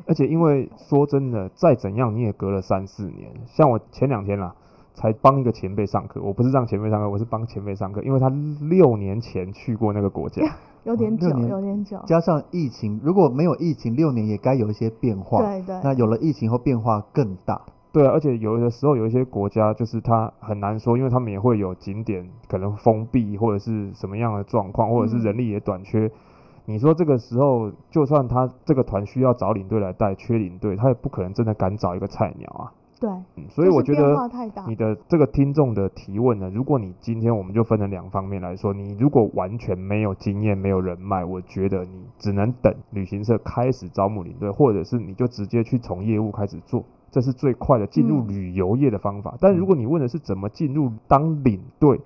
而且因为说真的，再怎样你也隔了三四年。像我前两天啦，才帮一个前辈上课，我不是让前辈上课，我是帮前辈上课，因为他六年前去过那个国家，
有点久，
六年
有点久。
加上疫情，如果没有疫情，六年也该有一些变化。
对对
那有了疫情后，变化更大。
对啊，而且有的时候有一些国家就是它很难说，因为他们也会有景点可能封闭或者是什么样的状况，或
嗯
者是人力也短缺。你说这个时候，就算他这个团需要找领队来带，缺领队，他也不可能真的敢找一个菜鸟啊。
对，
嗯，所以我觉
就是变
得
化太大
你。的这个听众的提问呢，如果你今天我们就分成两方面来说，你如果完全没有经验、没有人脉，我觉得你只能等旅行社开始招募领队，或者是你就直接去从业务开始做，这是最快的进入
嗯
旅游业的方法。但如果你问的是怎么进入当领队，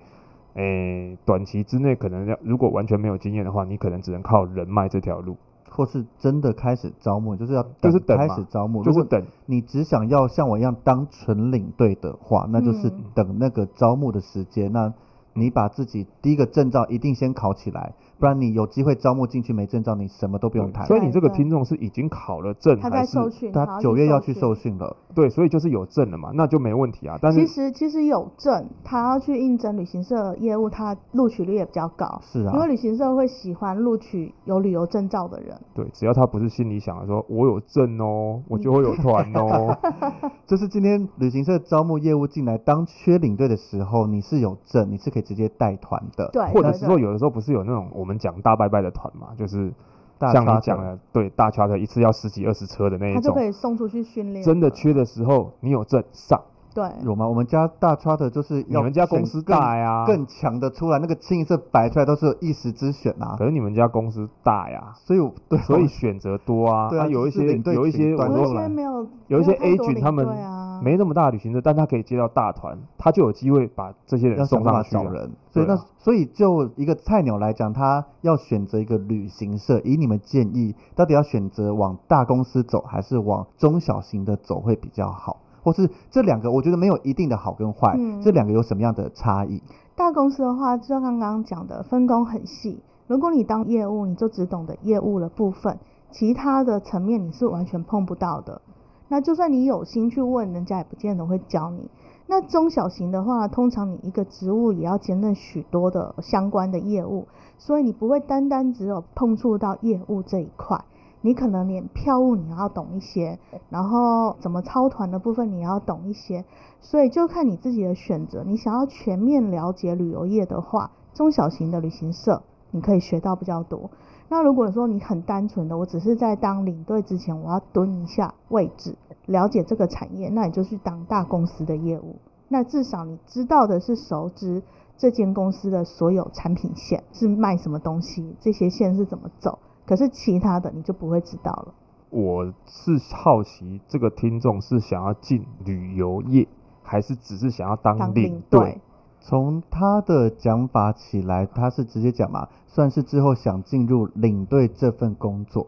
诶、短期之内可能要如果完全没有经验的话，你可能只能靠人脉这条路，
或是真的开始招募，就是要
就是等嘛
开始招募。
就
如
是
果
等
你只想要像我一样当纯领队的话，那就是
嗯
等那个招募的时间。那你把自己第一个证照一定先考起来，不然你有机会招募进去没证照，你什么都不用谈。
所以你这个
对
听众是已经考了证，
他
还
在
是
受训，然
他
后
九月要去
训
受训了，
对，所以就是有证了嘛，那就没问题啊。但
其
是
实其实有证，他要去应征旅行社业务，他录取率也比较高，
是
因为
啊，
旅行社会喜欢录取有旅游证照的人。
对，只要他不是心里想的说“我有证哦，
嗯
我就会有团哦
就是今天旅行社招募业务进来当缺领队的时候，你是有证，你是可以直接带团的。”，
对，
或
对
者是说，
对
有的时候不是有那种我们讲大拜拜的团嘛，就是
大
像你
charter
讲的，对，大桥的一次要十几二十车的那一
他就可
种，
以送出去训练了。
真的缺的时候你有证上，
对，
有吗？我们家大 charter 就是
你
要
们家公
选
司啊
更
大呀，
更强的出来，那个清一色摆出来都是有一时之选啊。
可是你们家公司大 呀，
所以我对，
所以选择多啊，
对啊
啊有一
就是
些
领队
有一
群
些我
端出
有
说
一
过
些
来
没有
有一些 A
对
群他们
啊，
没那么大的旅行社，但他可以接到大团，他就有机会把这些
要
人
想
送
办法
上去
找
啊。
人。所以那、
对啊
所以就一个菜鸟来讲，他要选择一个旅行社，以你们建议，到底要选择往大公司走，还是往中小型的走会比较好？或是这两个，我觉得没有一定的好跟坏，
嗯
这两个有什么样的差异？
大公司的话，就像刚刚讲的，分工很细。如果你当业务，你就只懂得业务的部分，其他的层面你是完全碰不到的。那就算你有心去问，人家也不见得会教你。那中小型的话，通常你一个职务也要兼任许多的相关的业务，所以你不会单单只有碰触到业务这一块，你可能连票务你要懂一些，然后怎么操团的部分你要懂一些，所以就看你自己的选择。你想要全面了解旅游业的话，中小型的旅行社你可以学到比较多。那如果说你很单纯的，我只是在当领队之前，我要蹲一下位置，了解这个产业，那你就去当大公司的业务。那至少你知道的是熟知这间公司的所有产品线是卖什么东西，这些线是怎么走。可是其他的你就不会知道了。
我是好奇，这个听众是想要进旅游业，还是只是想要当
当
领
领队，
从他的讲法起来，他是直接讲嘛，算是之后想进入领队这份工作，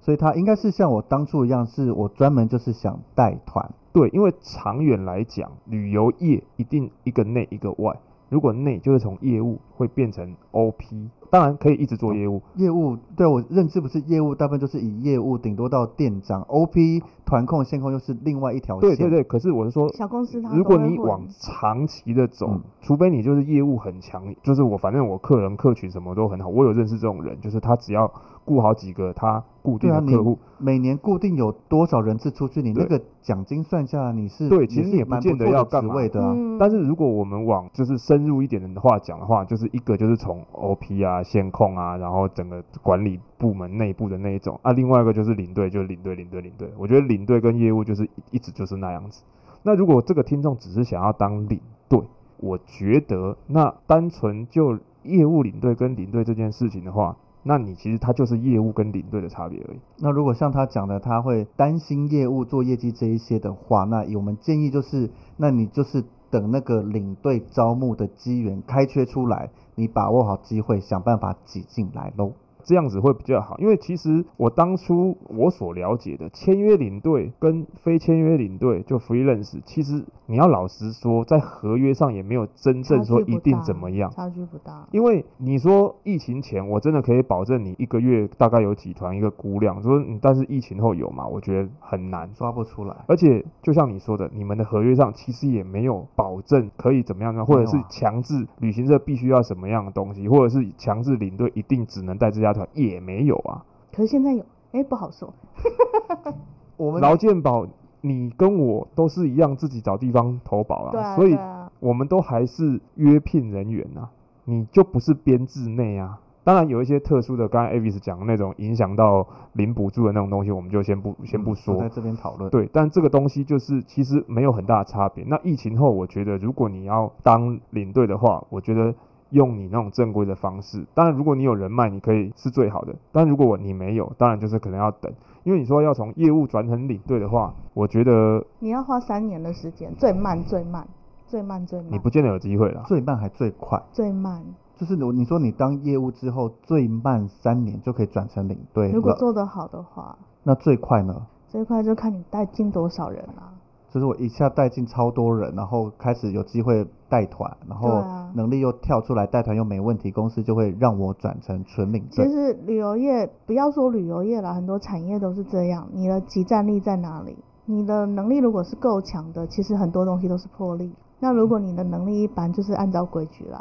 所以他应该是像我当初一样，是我专门就是想带团。
对，因为长远来讲，旅游业一定一个内一个外。如果内就是从业务会变成 OP，当然可以一直做业务，
哦
业务对我认知不是业务，大部分就是以业务顶多到店长，OP 团控线控又是另外一条线。
对对对。可是我是说，
小公司它
如
都
果
会
你
混
往长期的走，
嗯
除非你就是业务很强，就是我反正我客人客群什么都很好，我有认识这种人，就是他只要顾好几个他固
对
定
啊，
的
你
客户，
每年固定有多少人次出去，你那
对
个奖金算下来你是
对其实
是
也不
蛮
见得
错的
要干
职
嘛
位的啊。
嗯
但是如果我们往就是深入一点的话讲的话，就是一个就是从 OP 啊、线控啊，然后整个管理部门内部的那一种啊，另外一个就是领队，就是领队、领队、领队。我觉得领队跟业务就是一一直就是那样子。那如果这个听众只是想要当领队，我觉得那单纯就业务领队跟领队这件事情的话，那你其实它就是业务跟领队的差别而已。
那如果像他讲的，他会担心业务做业绩这一些的话，那我们建议就是，那你就是等那个领队招募的机缘开缺出来，你把握好机会，想办法挤进来喽。
这样子会比较好。因为其实我当初我所了解的签约领队跟非签约领队就 freelance，其实你要老实说，在合约上也没有真正说一定怎么样。
差距不大。
因为你说疫情前，我真的可以保证你一个月大概有几团一个估量，说你但是疫情后有吗？我觉得很难。
抓不出来。
而且就像你说的，你们的合约上其实也没有保证可以怎么样呢，或者是
没有啊
强制旅行社必须要什么样的东西，或者是强制领队一定只能带这家团，也没有啊。
可是现在有，哎、不好说。
我们
劳健保，你跟我都是一样，自己找地方投保
对啊，
所以
对啊，
我们都还是约聘人员啊，你就不是编制内啊。当然有一些特殊的，刚才 Avis 讲的那种影响到零补助的那种东西，我们就先不先不说。
我在这边讨论。
对，但这个东西就是其实没有很大的差别。那疫情后，我觉得如果你要当领队的话，我觉得用你那种正规的方式。当然，如果你有人脉，你可以是最好的。但如果你没有，当然就是可能要等。因为你说要从业务转成领队的话，我觉得
你要花三年的时间，最慢最慢最慢最慢，
你不见得有机会了。
最慢还最快，
最慢。
就是你你说你当业务之后最慢三年就可以转成领队
如果
了，
做得好的话，
那最快呢？
这一块就看你带进多少人啊。
就是我一下带进超多人，然后开始有机会带团，然
对
后
啊
能力又跳出来带团又没问题，公司就会让我转成纯领
其
队。
实旅游业不要说旅游业了，很多产业都是这样。你的集战力在哪里？你的能力如果是够强的，其实很多东西都是破例。那
嗯
如果你的能力一般，就是按照规矩来。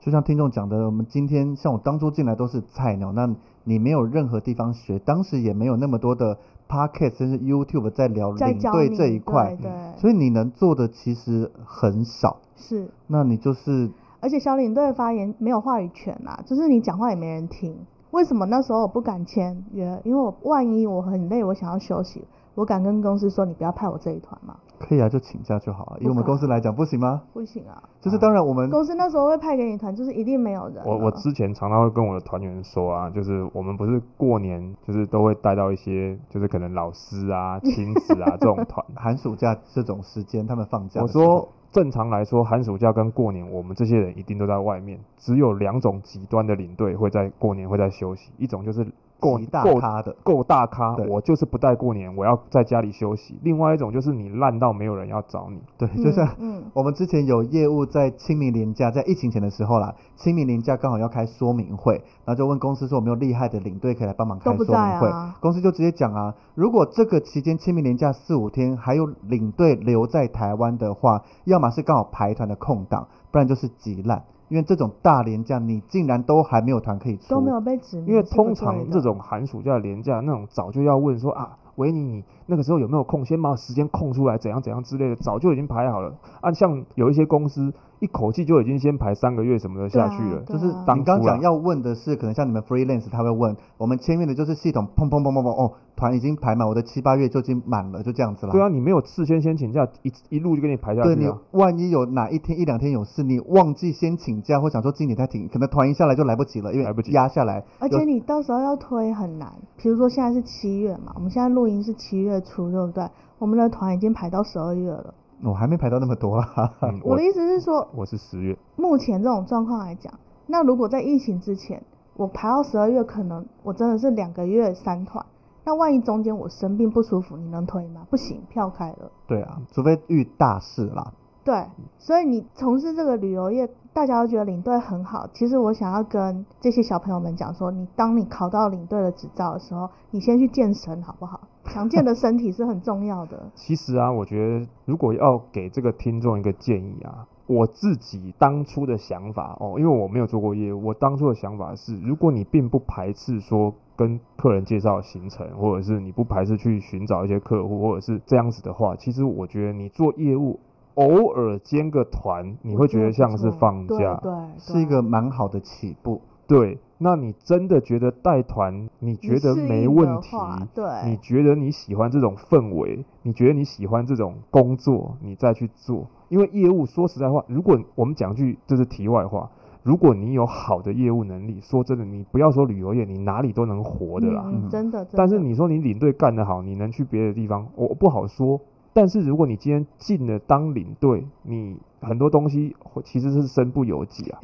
就像听众讲的，我们今天像我当初进来都是菜鸟，那你没有任何地方学，当时也没有那么多的 p o c k e t 甚至 YouTube 在聊
在
领
教
队
你
这一块，
对对
所以你能做的其实很少。
是。
那你就是
而且小领队发言没有话语权啊，就是你讲话也没人听。为什么那时候我不敢签约？因为我万一我很累，我想要休息，我敢跟公司说你不要派我这一团嘛？
可以啊，就请假就好了。以我们
不可
公司来讲，不行吗？
不行啊！
就是当然我们
公司那时候会派给你团，就是一定没有人啊。
嗯我我之前常常会跟我的团员说啊，就是我们不是过年就是都会带到一些就是可能老师啊、亲子啊这种团。
寒暑假这种时间，他们放假
我
的时候，
说正常来说，寒暑假跟过年，我们这些人一定都在外面，只有两种极端的领队会在过年会在休息，一种就是够
极大
够
咖的，
够大咖，
对
我就是不带过年，我要在家里休息；另外一种就是你烂到没有人要找你，
对，
嗯
就像
嗯，
我们之前有业务在清明年假，在疫情前的时候啦，清明年假刚好要开说明会，然后就问公司说有没有厉害的领队可以来帮忙开
都不
说明会，
在啊
公司就直接讲啊，如果这个期间清明年假四五天还有领队留在台湾的话，要么是刚好排团的空档，不然就是极烂，因为这种大年假你竟然都还没有团可以出，
都没有被指名，
因为
是不
通
对
常
的
这种寒暑假连假那种早就要问说啊，维尼你那个时候有没有空，先把时间空出来，怎样怎样之类的，早就已经排好了。啊，像有一些公司一口气就已经先排三个月什么的
对
下
啊
去了。
对
就是
啊
当
你刚
初啦
讲要问的是，可能像你们 freelance 他会问，我们签约的就是系统砰砰砰砰砰，哦，团已经排满，我的七八月就已经满了，就这样子啦。
对啊，你没有事先先请假，一一路就给你排下
对
去
你
啊。
万一有哪一天一两天有事，你忘记先请假，或想说今年再请，可能团一下来就来不及了，因为
来不及
压下来。
而且你到时候要推很难，比如说现在是七月嘛，我们现在录音是七月初，对不对？我们的团已经排到十二月了。
我还没排到那么多啊，
嗯
我
我
的意思是说，
我是十月，。
目前这种状况来讲，那如果在疫情之前，我排到十二月，可能我真的是两个月三团。那万一中间我生病不舒服，你能推吗？不行，票开了。
对啊， 除非遇大事啦。
对，所以你从事这个旅游业，大家都觉得领队很好。其实我想要跟这些小朋友们讲说，你当你考到领队的执照的时候，你先去健身好不好？强健的身体是很重要的
其实啊，我觉得如果要给这个听众一个建议啊，我自己当初的想法哦，因为我没有做过业务，我当初的想法是，如果你并不排斥说跟客人介绍行程，或者是你不排斥去寻找一些客户，或者是这样子的话，其实我觉得你做业务偶尔兼个团，你会觉得像是放
对
假，
对，啊
是一个蛮好的起步。
对。那你真的觉得带团，你
你
觉得
适应
没
的
问题，
话对
你，觉得你喜欢这种氛围，你觉得你喜欢这种工作，你再去做。因为业务，说实在话，如果我们讲句就是题外话，如果你有好的业务能力，说真的，你不要说旅游业，你哪里都能活的啦。
嗯
嗯
嗯真的。真的
但是你说你领队干得好，你能去别的地方，我不好说。但是如果你今天进了 当领队，你很多东西其实是身不由己啊。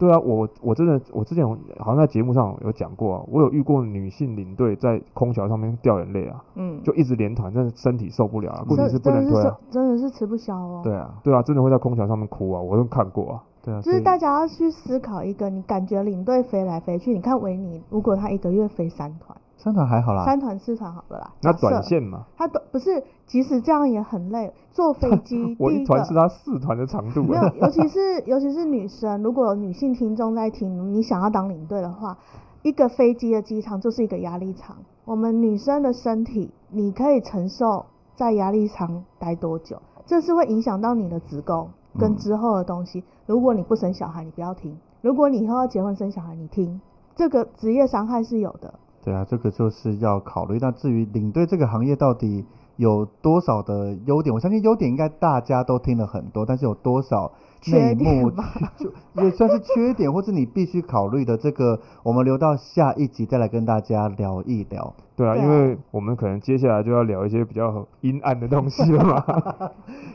对啊，我我真的我之前好像在节目上有讲过啊，我有遇过女性领队在空桥上面掉眼泪啊，
嗯，
就一直连团，但是身体受不了啊，
这
棍子是不
真的
能
是
推
受
啊。
真的是吃不消哦。
对啊，
对啊，真的会在空桥上面哭啊，我都看过啊。
对啊，
就
所
是
以
大家要去思考一个，你感觉领队飞来飞去，你看维尼，如果他一个月飞三团，
三团还好啦，
三团四团好了啦，
啊那
假设
短线嘛，
他都不是，即使这样也很累，坐飞机
我
第
一
一
团是
个。
他四团的长度
没
啊。
有，尤其是 尤其是女生，如果有女性听众在听，你想要当领队的话，一个飞机的机场就是一个压力场。我们女生的身体，你可以承受在压力场待多久，这是会影响到你的子宫跟
嗯
之后的东西。如果你不生小孩，你不要听；如果你以后要结婚生小孩，你听。这个职业伤害是有的，
对啊，这个就是要考虑。那至于领队这个行业到底有多少的优点，我相信优点应该大家都听了很多，但是有多少内
缺
幕
点吧。
就也算是缺点，或是你必须考虑的这个，我们留到下一集再来跟大家聊一聊。
对啊，
对啊
因为我们可能接下来就要聊一些比较阴暗的东西了 嘛。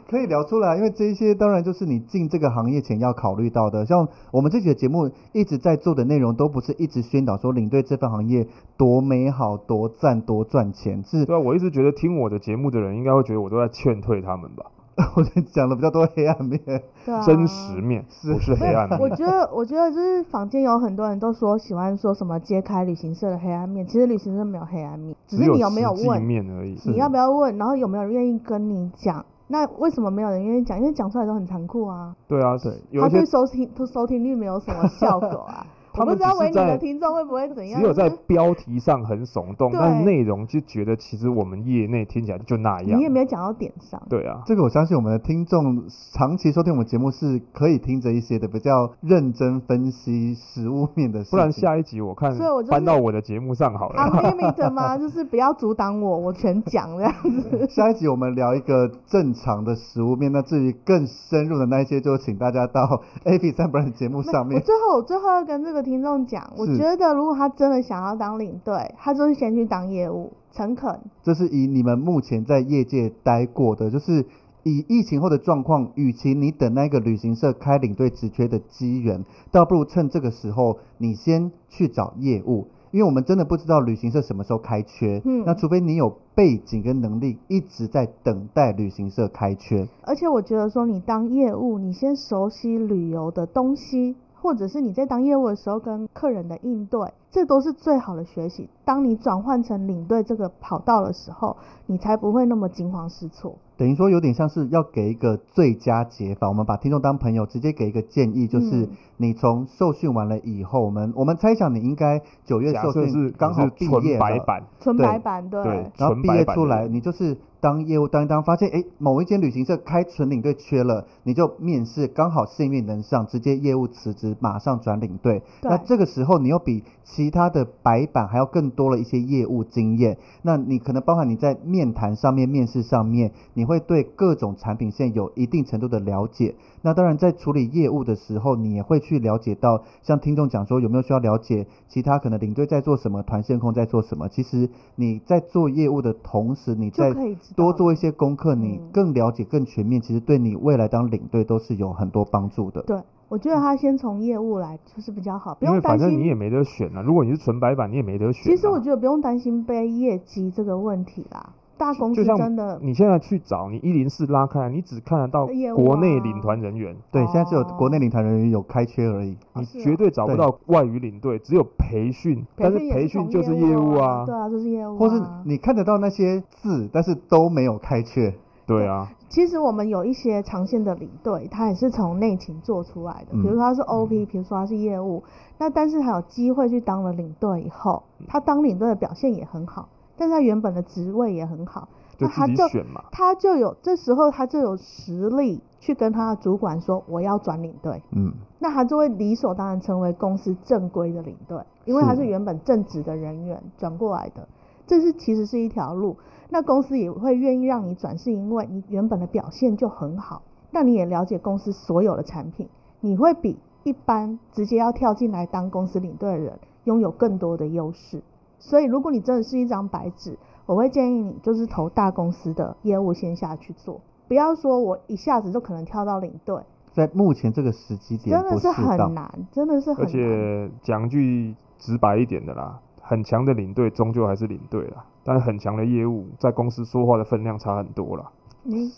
可以聊出来，因为这一些当然就是你进这个行业前要考虑到的。像我们这期的节目一直在做的内容，都不是一直宣导说领队这份行业多美好、多赞、多赚钱，是
对啊，我一直觉得听我的节目的人应该会觉得我都在劝退他们吧，
我讲了比较多黑暗面。
对啊，
真实面不是黑暗
我
面。
觉得，我觉得就是坊间有很多人都说喜欢说什么揭开旅行社的黑暗面，其实旅行社没有黑暗面，只是
有
你有没有
实际
问，
面嗯而已。
你要不要问，然后有没有人愿意跟你讲。那为什么没有人愿意讲？因为讲出来都很残酷啊，
对啊，
对
有
他
一些
对收听收听率没有什么效果 啊。
他
我不
们
知道
只是
维尼的
在
听众会不会怎样，
只有 在
就是
标题上很耸动，
对
但内容就觉得其实我们业内听起来就那样。
你也没有讲到点上。
对啊，
这个我相信我们的听众长期收听我们节目是可以听着一些的比较认真分析实物面的事情，
不然下一集我看
所以我就是
搬到我的节目上好
啊
了。
Unlimited 吗？就是不要阻挡我，我全讲这样子。
下一集我们聊一个正常的食物面，那至于更深入的那一些，就请大家到 A B 三 b r 的节目
没
上
我
面。
最后，我最后要跟这个听众讲，我
是
觉得如果他真的想要当领队，他就是先去当业务，诚恳。
这是以你们目前在业界待过的，就是以疫情后的状况，与其你等那个旅行社开领队职缺的机缘，倒不如趁这个时候你先去找业务。因为我们真的不知道旅行社什么时候开缺，
嗯
那除非你有背景跟能力，一直在等待旅行社开缺。
而且我觉得说，你当业务，你先熟悉旅游的东西，或者是你在当业务的时候跟客人的应对，这都是最好的学习。当你转换成领队这个跑道的时候，你才不会那么惊慌失措。
等于说有点像是要给一个最佳解法，我们把听众当朋友，直接给一个建议，就是
嗯
你从受训完了以后，我们我们猜想你应该九月
假
受
设
训
是
刚好
你
毕
是纯
业
白
了，
版，
纯
对
白板，对
对
然后
纯
毕
白
业
版
出
的
来，
人
你就是当业务当一当，发现哎某一间旅行社开纯领队缺了，你就面试，刚好幸运能上，直接业务辞职，马上转领队。
对
那这个时候你又比其他的白板还要更多了一些业务经验，那你可能包含你在面谈上面、面试上面，你会对各种产品线有一定程度的了解。那当然，在处理业务的时候，你也会去了解到，像听众讲说有没有需要了解其他可能领队在做什么，团线控在做什么。其实你在做业务的同时，你
就
在
可以知道
多
了
做一些功课，你
嗯
更了解、更全面，其实对你未来当领队都是有很多帮助的。
对，我觉得他先从业务来就是比较好，不
因
用
为
担
反
心。
正你也没得选啊。如果你是纯白版，你也没得选啊。
其实我觉得不用担心背业绩这个问题啦，大公司
就像嗯
真的
你现在去找你一零四拉开来，你只看得到
业务啊
国内领团人员，
对，现在只有国内
哦
领团人员有开缺而已。
哦
你
是
绝
哦
对找不
对
到外语领队，只有培训，但是
也
培
从
训就是
业
业务
对啊，就是业务、啊。
或是你看得到那些字，但是都没有开缺。
对啊，
其实我们有一些长线的领队，他也是从内勤做出来的，
嗯
比如说他是 OP，、比如说他是业务，那但是他有机会去当了领队以后，他当领队的表现也很好，但是他原本的职位也很好，
就
那他
自己
就
选嘛。
他就有这时候他就有实力去跟他的主管说我要转领队。
嗯，
那他就会理所当然成为公司正规的领队，因为
是
他是原本正职的人员转过来的，这是其实是一条路。那公司也会愿意让你转，是因为你原本的表现就很好，那你也了解公司所有的产品，你会比一般直接要跳进来当公司领队的人拥有更多的优势。所以，如果你真的是一张白纸，我会建议你就是投大公司的业务线下去做，不要说我一下子就可能跳到领队，
在目前这个时机点
真
不
的
适
是很
当。
难，真的是很
而
难。
且讲句直白一点的啦，很强的领队终究还是领队啦，但是很强的业务在公司说话的分量差很多啦。
你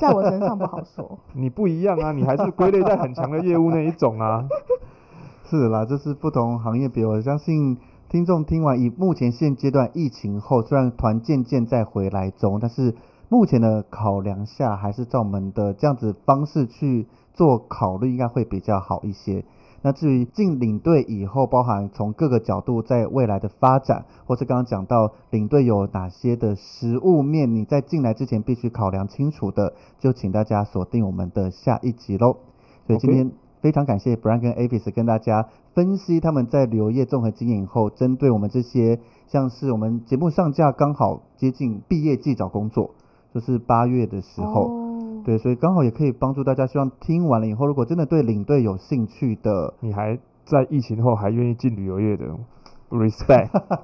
在我身上不好说，
你不一样啊，你还是归类在很强的业务那一种啊。
是啦，这是不同行业别。我相信听众听完，以目前现阶段疫情后，虽然团渐渐在回来中，但是目前的考量下，还是照我们的这样子方式去做考虑，应该会比较好一些。那至于进领队以后，包含从各个角度在未来的发展，或是刚刚讲到领队有哪些的实物面，你在进来之前必须考量清楚的，就请大家锁定我们的下一集喽。所以今
OK
天非常感谢 Brian 跟 Avis 跟大家分析他们在旅游业综合经营后，针对我们这些像是我们节目上架刚好接近毕业季找工作，就是八月的 时候。
哦、
对，所以刚好也可以帮助大家。希望听完了以后，如果真的对领队有兴趣的，
你还在疫情后还愿意进旅游业的，respect。
嗯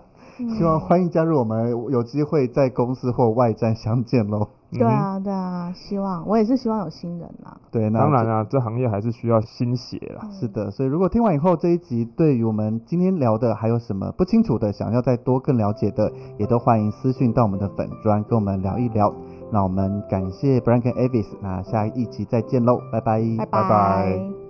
希望欢迎加入我们，有机会在公司或外站相见喽。
嗯
对啊对啊，希望我也是希望有新人啦、
对， 那
当然
这
啊，这行业还是需要新血啦。
是的，所以如果听完以后这一集对于我们今天聊的还有什么不清楚的，想要再多更了解的，也都欢迎私讯到我们的粉砖跟我们聊一聊。那我们感谢 Brian 跟 Avis，那下一集再见喽，拜拜，
嗯拜
拜拜
拜